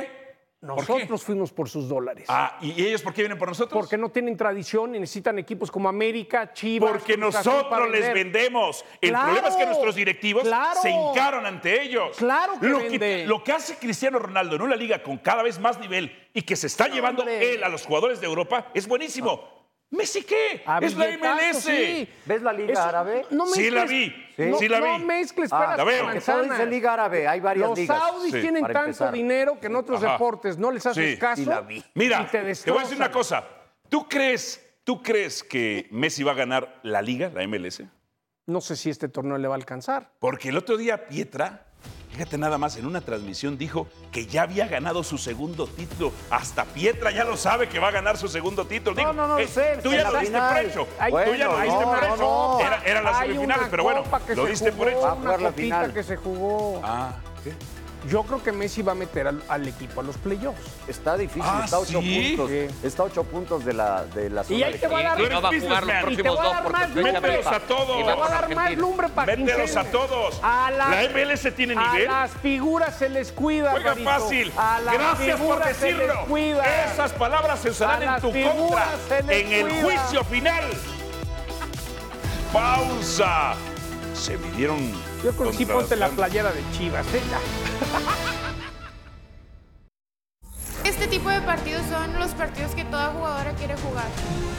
Speaker 2: ¿Por qué?
Speaker 4: Nosotros fuimos por sus dólares.
Speaker 2: Ah, ¿y ellos por qué vienen por nosotros?
Speaker 4: Porque no tienen tradición y necesitan equipos como América, Chivas.
Speaker 2: Porque
Speaker 4: Cruz Azul para
Speaker 2: nosotros les
Speaker 4: vender.
Speaker 2: vendemos. El
Speaker 4: Claro,
Speaker 2: problema es que nuestros directivos
Speaker 4: claro.
Speaker 2: se hincaron ante ellos.
Speaker 4: Claro que
Speaker 2: lo
Speaker 4: vende.
Speaker 2: lo que hace Cristiano Ronaldo en una liga con cada vez más nivel y que se está llevando
Speaker 4: Hombre. Ah.
Speaker 2: él a los jugadores de Europa es buenísimo. ¿Messi qué?
Speaker 4: A
Speaker 2: es la
Speaker 4: billetazos,
Speaker 2: MLS.
Speaker 4: sí.
Speaker 3: ¿Ves la Liga Árabe?
Speaker 4: No
Speaker 2: Sí la vi,
Speaker 3: sí
Speaker 4: no,
Speaker 2: la vi.
Speaker 4: No mezcles
Speaker 3: Ah,
Speaker 4: peras
Speaker 2: la
Speaker 4: con
Speaker 2: veo.
Speaker 3: Porque todo
Speaker 4: manzanas.
Speaker 3: dice Liga Árabe, hay varias
Speaker 4: Los
Speaker 3: ligas.
Speaker 4: saudis
Speaker 2: Sí.
Speaker 4: tienen
Speaker 3: Para
Speaker 4: tanto
Speaker 3: empezar.
Speaker 4: dinero que en otros
Speaker 2: Ajá.
Speaker 4: deportes no les haces
Speaker 2: Sí.
Speaker 4: caso.
Speaker 3: Sí la vi.
Speaker 2: Mira,
Speaker 4: y
Speaker 2: te, voy a decir
Speaker 4: destrozan.
Speaker 2: una cosa. ¿Tú crees, ¿Tú crees que Messi va a ganar la liga, la MLS?
Speaker 4: No sé si este torneo le va a alcanzar.
Speaker 2: Porque el otro día Pietra, fíjate nada más, en una transmisión dijo que ya había ganado su segundo título. Hasta Pietra ya lo sabe que va a ganar su segundo título. Digo,
Speaker 4: eh,
Speaker 2: eh,
Speaker 3: no, no lo sé,
Speaker 2: Tú
Speaker 3: en
Speaker 2: ya
Speaker 3: la
Speaker 2: lo diste
Speaker 3: final.
Speaker 2: por hecho.
Speaker 3: Ay,
Speaker 2: tú ya lo
Speaker 3: bueno,
Speaker 2: diste
Speaker 3: no,
Speaker 2: por
Speaker 3: no,
Speaker 2: hecho.
Speaker 3: no.
Speaker 2: Era- eran las
Speaker 4: Hay una
Speaker 2: semifinales, pero bueno,
Speaker 4: copa que
Speaker 2: lo
Speaker 4: se
Speaker 2: diste por
Speaker 4: jugó,
Speaker 2: hecho.
Speaker 3: Va a jugar
Speaker 4: Una
Speaker 3: la
Speaker 4: copita
Speaker 3: final.
Speaker 4: que se jugó.
Speaker 2: Ah, ¿qué?
Speaker 4: Yo creo que Messi va a meter al, al equipo a los playoffs.
Speaker 3: Está difícil,
Speaker 2: Ah,
Speaker 3: está a ocho
Speaker 2: ¿sí?
Speaker 3: puntos.
Speaker 4: Sí.
Speaker 3: Está a ocho puntos de la, de la zona
Speaker 4: ahí
Speaker 3: de
Speaker 4: te va a
Speaker 6: Y-
Speaker 4: dar-
Speaker 6: y no va a jugar los
Speaker 2: businessman. Y
Speaker 4: te voy
Speaker 6: próximos
Speaker 4: a
Speaker 6: dos
Speaker 4: dar
Speaker 6: porque
Speaker 4: más
Speaker 6: fecha
Speaker 4: números.
Speaker 6: FIFA.
Speaker 2: a todos.
Speaker 6: Y va
Speaker 4: Te voy a
Speaker 6: con
Speaker 4: dar más
Speaker 6: Argentina.
Speaker 4: lumbre para que
Speaker 2: Mételos a
Speaker 4: entiendan.
Speaker 2: todos.
Speaker 4: A las-
Speaker 2: la MLS tiene
Speaker 4: A
Speaker 2: nivel.
Speaker 4: las figuras se les cuida.
Speaker 2: Juega
Speaker 4: Alvarito.
Speaker 2: fácil.
Speaker 4: A las
Speaker 2: Gracias por
Speaker 4: figuras Se les
Speaker 2: decirlo.
Speaker 4: cuida.
Speaker 2: Esas palabras se
Speaker 4: A
Speaker 2: usarán en
Speaker 4: las
Speaker 2: tu
Speaker 4: figuras
Speaker 2: contra
Speaker 4: se les
Speaker 2: en el
Speaker 4: cuida.
Speaker 2: juicio final. Pausa. Se midieron.
Speaker 4: Yo creo que sí
Speaker 2: contra
Speaker 4: ponte la
Speaker 2: las
Speaker 4: playera de Chivas. ¿eh? Ya.
Speaker 9: Este tipo de partidos son los partidos que toda jugadora quiere jugar.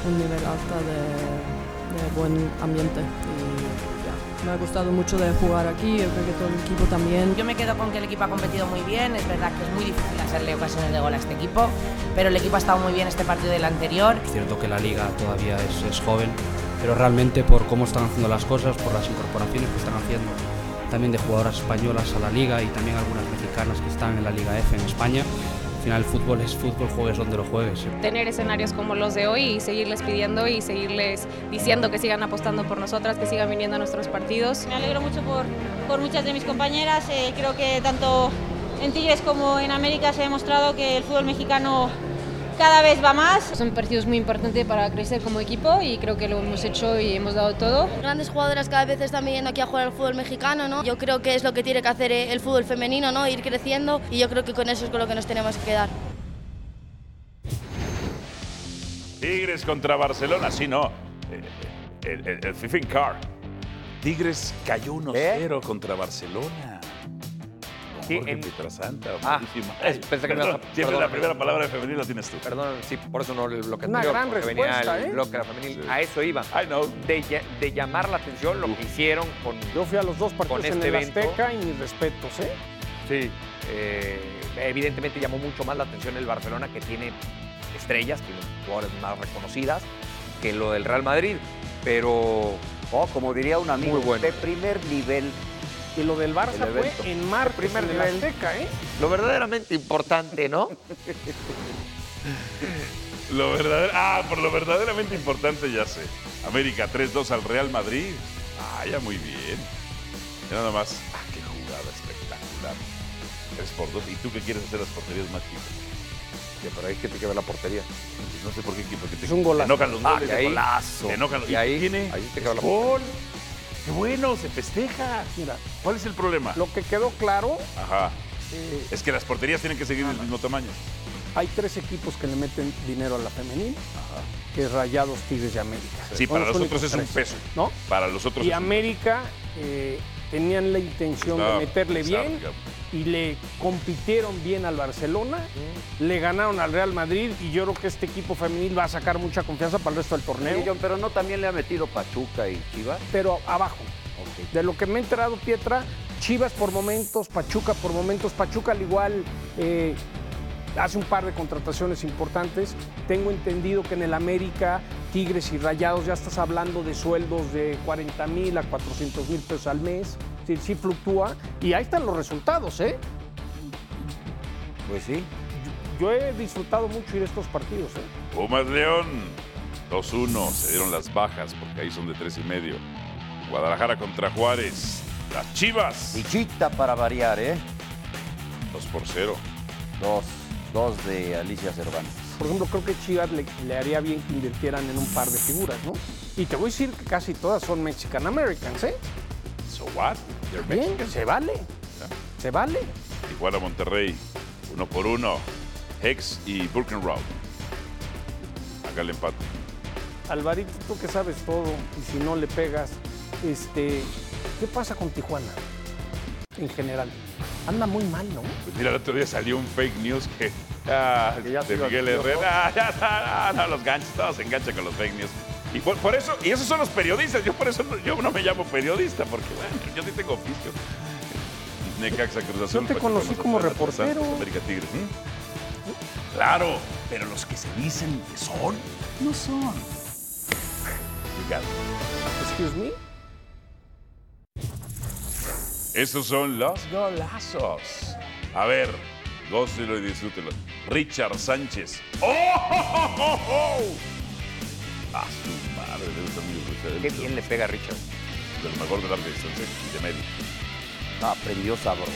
Speaker 12: un nivel alto de, de buen ambiente. Y ya, me ha gustado mucho de jugar aquí, yo creo que todo el equipo también.
Speaker 13: Yo me quedo con que el equipo ha competido muy bien, es verdad que es muy difícil hacerle ocasiones de gol a este equipo, pero el equipo ha estado muy bien este partido del anterior.
Speaker 12: Es cierto que la liga todavía es, joven, pero realmente por cómo están haciendo las cosas, por las incorporaciones que están haciendo, también de jugadoras españolas a la liga y también algunas mexicanas que están en la Liga F en España. Al final el fútbol es fútbol, juegues donde lo juegues.
Speaker 13: Tener escenarios como los de hoy y seguirles pidiendo y seguirles diciendo que sigan apostando por nosotras, que sigan viniendo a nuestros partidos.
Speaker 9: Me alegro mucho por, por muchas de mis compañeras. eh, creo que tanto en Tigres como en América se ha demostrado que el fútbol mexicano cada vez va más.
Speaker 13: Son partidos muy importantes para crecer como equipo y creo que lo hemos hecho y hemos dado todo.
Speaker 9: Grandes jugadoras cada vez están viniendo aquí a jugar al fútbol mexicano, ¿no? Yo creo que es lo que tiene que hacer eh, el fútbol femenino, ¿no? Ir creciendo y yo creo que con eso es con lo que nos tenemos que quedar.
Speaker 2: Tigres contra Barcelona, sí, no. Eh, El, el, el Fifing Car. Tigres cayó 1-0 contra Barcelona.
Speaker 5: ¿Eh? Sí,
Speaker 2: Jorge
Speaker 5: en-
Speaker 2: Pietrasanta,
Speaker 5: Ah,
Speaker 2: buenísima.
Speaker 5: es- pensé que me
Speaker 2: Perdón,
Speaker 5: ibas a-
Speaker 2: Siempre
Speaker 5: perdón.
Speaker 2: la primera palabra femenina la tienes tú.
Speaker 5: Perdón, sí, por eso no el bloque
Speaker 2: Una
Speaker 5: anterior,
Speaker 2: gran
Speaker 5: porque venía
Speaker 2: respuesta,
Speaker 5: el
Speaker 2: ¿eh?
Speaker 5: bloque de la femenil.
Speaker 2: Sí.
Speaker 5: A eso iba. De, lla- de llamar la atención lo que hicieron con. Yo
Speaker 4: fui a los dos
Speaker 5: partidos
Speaker 4: en el
Speaker 2: este
Speaker 4: Azteca y mis respetos, ¿eh?
Speaker 5: Sí. eh, evidentemente llamó mucho más la atención el Barcelona, que tiene estrellas, tiene jugadores más reconocidas, que lo del Real Madrid. Pero.
Speaker 3: Oh, como diría un amigo,
Speaker 5: Muy bueno.
Speaker 3: de primer nivel.
Speaker 4: Y lo del Barça
Speaker 3: El
Speaker 4: fue
Speaker 3: evento.
Speaker 4: en martes,
Speaker 5: primer
Speaker 4: en el
Speaker 5: nivel.
Speaker 4: Azteca, ¿eh?
Speaker 5: Lo verdaderamente importante, ¿no?
Speaker 2: Lo verdadero, ah, por lo verdaderamente importante ya sé. América 3-2 al Real Madrid. Ah, ya muy bien. Ya nada más. Ah, qué jugada espectacular. 3 por 2. ¿Y tú qué quieres hacer las porterías más chicas?
Speaker 5: Ya, pero hay gente que ve la portería.
Speaker 2: No sé por qué, porque te,
Speaker 5: Es un golazo.
Speaker 2: te enojan los
Speaker 5: Ah,
Speaker 2: goles.
Speaker 5: que ahí-
Speaker 2: Te enojan los
Speaker 5: y ahí-
Speaker 2: tiene?
Speaker 5: ahí te
Speaker 2: Es
Speaker 5: quedó la
Speaker 2: gol. Qué bueno, se festeja. Mira, ¿cuál es el problema?
Speaker 4: Lo que quedó claro,
Speaker 2: Ajá.
Speaker 4: eh,
Speaker 2: Es que las porterías tienen que seguir del mismo tamaño.
Speaker 4: hay tres equipos que le meten dinero a la femenil, que es Rayados, Tigres y América.
Speaker 2: Sí,
Speaker 4: Son
Speaker 2: para
Speaker 4: los
Speaker 2: nosotros
Speaker 4: únicos
Speaker 2: es un
Speaker 4: tres.
Speaker 2: peso.
Speaker 4: ¿No?
Speaker 2: Para los otros
Speaker 4: Y
Speaker 2: es un peso.
Speaker 4: América eh, tenían la intención
Speaker 2: Estaba
Speaker 4: de meterle
Speaker 2: pensado,
Speaker 4: bien
Speaker 2: digamos.
Speaker 4: y le compitieron bien al Barcelona, le ganaron al Real Madrid y yo creo que este equipo femenil va a sacar mucha confianza para el resto del torneo.
Speaker 3: Sí, John, pero no también le ha metido Pachuca y Chivas.
Speaker 4: pero abajo. De lo que me he enterado, Pietra, Chivas por momentos, Pachuca por momentos, Pachuca al igual eh, hace un par de contrataciones importantes. Tengo entendido que en el América, Tigres y Rayados ya estás hablando de sueldos de 40 mil a 400 mil pesos al mes. Sí, sí fluctúa. Y ahí están los resultados, ¿eh?
Speaker 3: Pues sí.
Speaker 4: Yo he disfrutado mucho ir a estos partidos, ¿eh?
Speaker 2: Pumas León, 2-1, se dieron las bajas porque ahí son de 3 y medio. Guadalajara contra Juárez, las Chivas,
Speaker 3: Pichita para variar, ¿eh?
Speaker 2: 2 por 0.
Speaker 3: Dos. Dos de Alicia Cervantes.
Speaker 4: Por ejemplo, creo que Chivas le, le haría bien que invirtieran en un par de figuras, ¿no? Y te voy a decir que casi todas son Mexican Americans, ¿eh?
Speaker 2: So what? They're
Speaker 4: Bien,
Speaker 2: Mexican.
Speaker 4: se vale, se vale.
Speaker 2: Tijuana Monterrey, 1 por 1. Hex y Burkenroth. Acá el empate.
Speaker 4: Alvarito, tú que sabes todo y si no le pegas, este, ¿qué pasa con Tijuana en general? Anda muy mal, ¿no?
Speaker 2: Pues mira, el otro día salió un fake news que. ah, de Miguel Herrera. Ah, ya, ah, ah, no, los ganchos, todos se enganchan con los fake news. Y por, por eso, y esos son los periodistas. Yo por eso no, yo no me llamo periodista, porque bueno, yo sí tengo oficio. Necaxa Cruz Azul.
Speaker 4: te
Speaker 2: Pachuca,
Speaker 4: conocí
Speaker 2: Mazatlán,
Speaker 4: como
Speaker 2: Atlas, Santos,
Speaker 4: reportero.
Speaker 2: América Tigres. ¿Mm? Claro, pero los que se dicen que son, no son. Obrigado.
Speaker 4: Excuse me.
Speaker 2: Estos son los golazos. A ver, gócelo y disfrútelo. Richard Sánchez. ¡Oh! oh, oh, oh! A su madre, debe estar muy orgulloso de
Speaker 5: Qué
Speaker 2: él.
Speaker 5: bien le pega a Richard.
Speaker 2: De lo mejor de larga distancia y de medio.
Speaker 3: Ah, aprendió sabroso.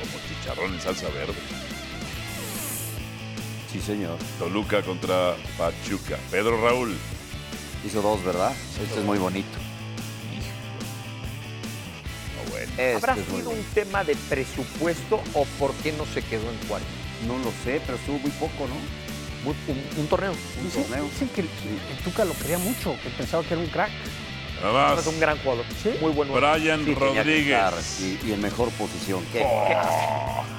Speaker 2: Como chicharrón en salsa verde.
Speaker 3: Sí, señor.
Speaker 2: Toluca contra Pachuca. Pedro Raúl.
Speaker 3: Hizo dos, ¿verdad? Este es muy bonito.
Speaker 2: No, bueno.
Speaker 3: Este
Speaker 5: ¿Habrá
Speaker 3: es muy
Speaker 5: sido un
Speaker 3: bonito.
Speaker 5: tema de presupuesto o por qué no se quedó en Juárez?
Speaker 3: No lo sé, pero estuvo muy poco, ¿no?
Speaker 5: Un, un- un torneo.
Speaker 4: Dicen,
Speaker 3: torneo.
Speaker 4: dicen que, que Tuca lo quería mucho, que pensaba que era un crack.
Speaker 2: Nada
Speaker 5: Es
Speaker 2: más.
Speaker 5: un gran jugador.
Speaker 4: Sí.
Speaker 5: Muy bueno.
Speaker 2: Brian
Speaker 3: Sí, tenía que
Speaker 2: Rodríguez.
Speaker 3: estar,
Speaker 2: Oh.
Speaker 3: Y, y en mejor posición. ¿Qué?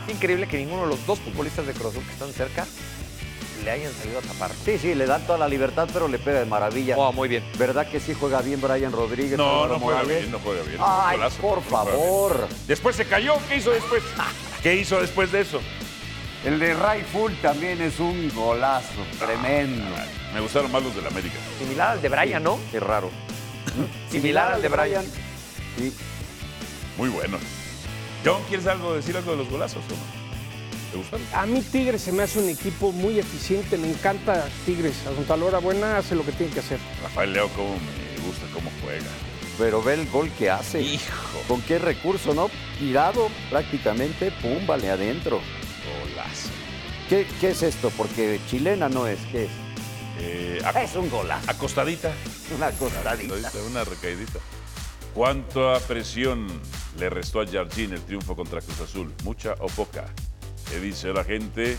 Speaker 5: Es increíble que ninguno de los dos futbolistas de Cruz Azul que están cerca le hayan salido a tapar.
Speaker 3: Sí, sí, le dan toda la libertad, pero le pega de maravilla.
Speaker 5: Oh, muy bien.
Speaker 3: ¿Verdad que sí juega bien Brian Rodríguez?
Speaker 2: No,
Speaker 3: Álvaro
Speaker 2: no juega
Speaker 3: Morales?
Speaker 2: bien, no juega bien.
Speaker 3: Ay,
Speaker 2: Golazo,
Speaker 3: por
Speaker 2: no juega bien.
Speaker 3: favor.
Speaker 2: Después se cayó. ¿Qué hizo después? ¿Qué hizo después de eso?
Speaker 3: El de Ray Full también es un golazo tremendo.
Speaker 2: Me gustaron más los del América.
Speaker 5: Similar al de Brian, ¿no?
Speaker 3: Qué raro.
Speaker 5: Similar al de Brian.
Speaker 3: Sí.
Speaker 2: Muy bueno. John, ¿quieres algo decir algo de los golazos o no? ¿Te gustan?
Speaker 4: A mí Tigres se me hace un equipo muy eficiente, me encanta Tigres. A tal hora buena hace lo que tiene que hacer.
Speaker 2: Rafael Leo, cómo me gusta cómo juega.
Speaker 3: Pero ve el gol que hace.
Speaker 2: Hijo.
Speaker 3: ¿Con qué recurso, no? Tirado prácticamente, pum, vale adentro.
Speaker 2: Golazo.
Speaker 3: ¿Qué, qué es esto? Porque chilena no es, ¿qué es?
Speaker 2: Eh, ac-
Speaker 3: Es un golazo.
Speaker 2: acostadita.
Speaker 3: Una costadita.
Speaker 2: Acostadita, Una recaidita. ¿Cuánta presión le restó a Jardín el triunfo contra Cruz Azul? ¿Mucha o poca? ¿Qué dice la gente?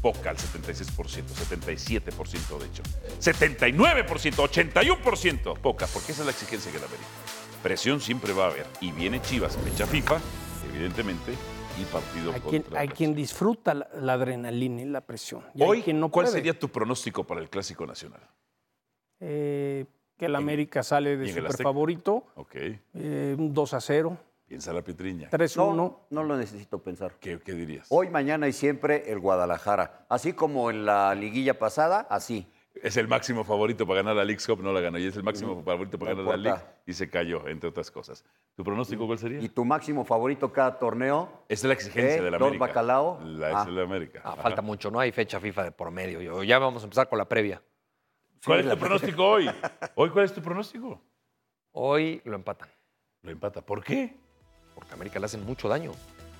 Speaker 2: poca al 76%, 77% de hecho. 79%, 81% poca, porque esa es la exigencia que la América. Presión siempre va a haber. Y viene Chivas, fecha FIFA, evidentemente, y partido
Speaker 4: Hay quien,
Speaker 2: contra.
Speaker 4: hay quien disfruta la, la adrenalina y la presión. Y hay
Speaker 2: Hoy,
Speaker 4: quien no
Speaker 2: ¿cuál
Speaker 4: puede.
Speaker 2: sería tu pronóstico para el Clásico Nacional?
Speaker 4: Eh, que el América sale
Speaker 2: y
Speaker 4: de
Speaker 2: en el
Speaker 4: super
Speaker 2: Azteca?
Speaker 4: favorito.
Speaker 2: Ok.
Speaker 4: eh, un 2 a 0.
Speaker 2: Piensa la pitriña.
Speaker 4: 3-1.
Speaker 3: No lo necesito pensar.
Speaker 2: ¿Qué, qué dirías?
Speaker 3: Hoy, mañana y siempre el Guadalajara. Así como en la liguilla pasada, así.
Speaker 2: Es el máximo favorito para ganar la League Cup, no la ganó. Y es el máximo favorito para
Speaker 3: no
Speaker 2: ganar la
Speaker 3: importa.
Speaker 2: League y se cayó, entre otras cosas. ¿Tu pronóstico cuál sería?
Speaker 3: Y tu máximo favorito cada torneo.
Speaker 2: Esa es la exigencia
Speaker 3: ¿Eh?
Speaker 2: de la
Speaker 3: Lord
Speaker 2: América.
Speaker 3: Bacalao.
Speaker 2: La es
Speaker 3: Ah.
Speaker 2: la América.
Speaker 6: Ah,
Speaker 2: Ajá.
Speaker 6: falta mucho, no hay fecha FIFA de por medio. Yo- ya vamos a empezar con la previa.
Speaker 2: ¿Cuál es tu pronóstico hoy? ¿Hoy cuál es tu pronóstico?
Speaker 6: Hoy lo empatan,
Speaker 2: Lo empata. ¿Por qué?
Speaker 6: porque a América le hacen mucho daño.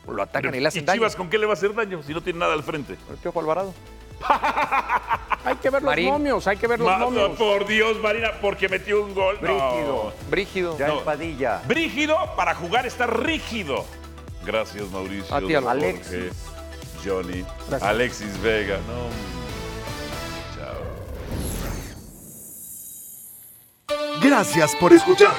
Speaker 6: Lo atacan
Speaker 2: Pero,
Speaker 6: y le hacen daño.
Speaker 2: Chivas con qué le va a hacer daño si no tiene nada al frente?
Speaker 6: El Piojo Alvarado.
Speaker 4: Hay que ver
Speaker 6: Marín.
Speaker 4: los momios, hay que ver los
Speaker 2: Ma-
Speaker 4: momios.
Speaker 2: por Dios, Marina, porque metió un gol. No.
Speaker 3: Brígido.
Speaker 6: Brígido.
Speaker 3: Ya
Speaker 2: No.
Speaker 3: en Padilla.
Speaker 2: Brígido para jugar está rígido. Gracias, Mauricio.
Speaker 6: A ti, Alba.
Speaker 2: Jorge,
Speaker 3: Alexis.
Speaker 2: Johnny.
Speaker 4: Gracias.
Speaker 2: Alexis Vega. No. hombre. Chao.
Speaker 1: Gracias por E escucharnos.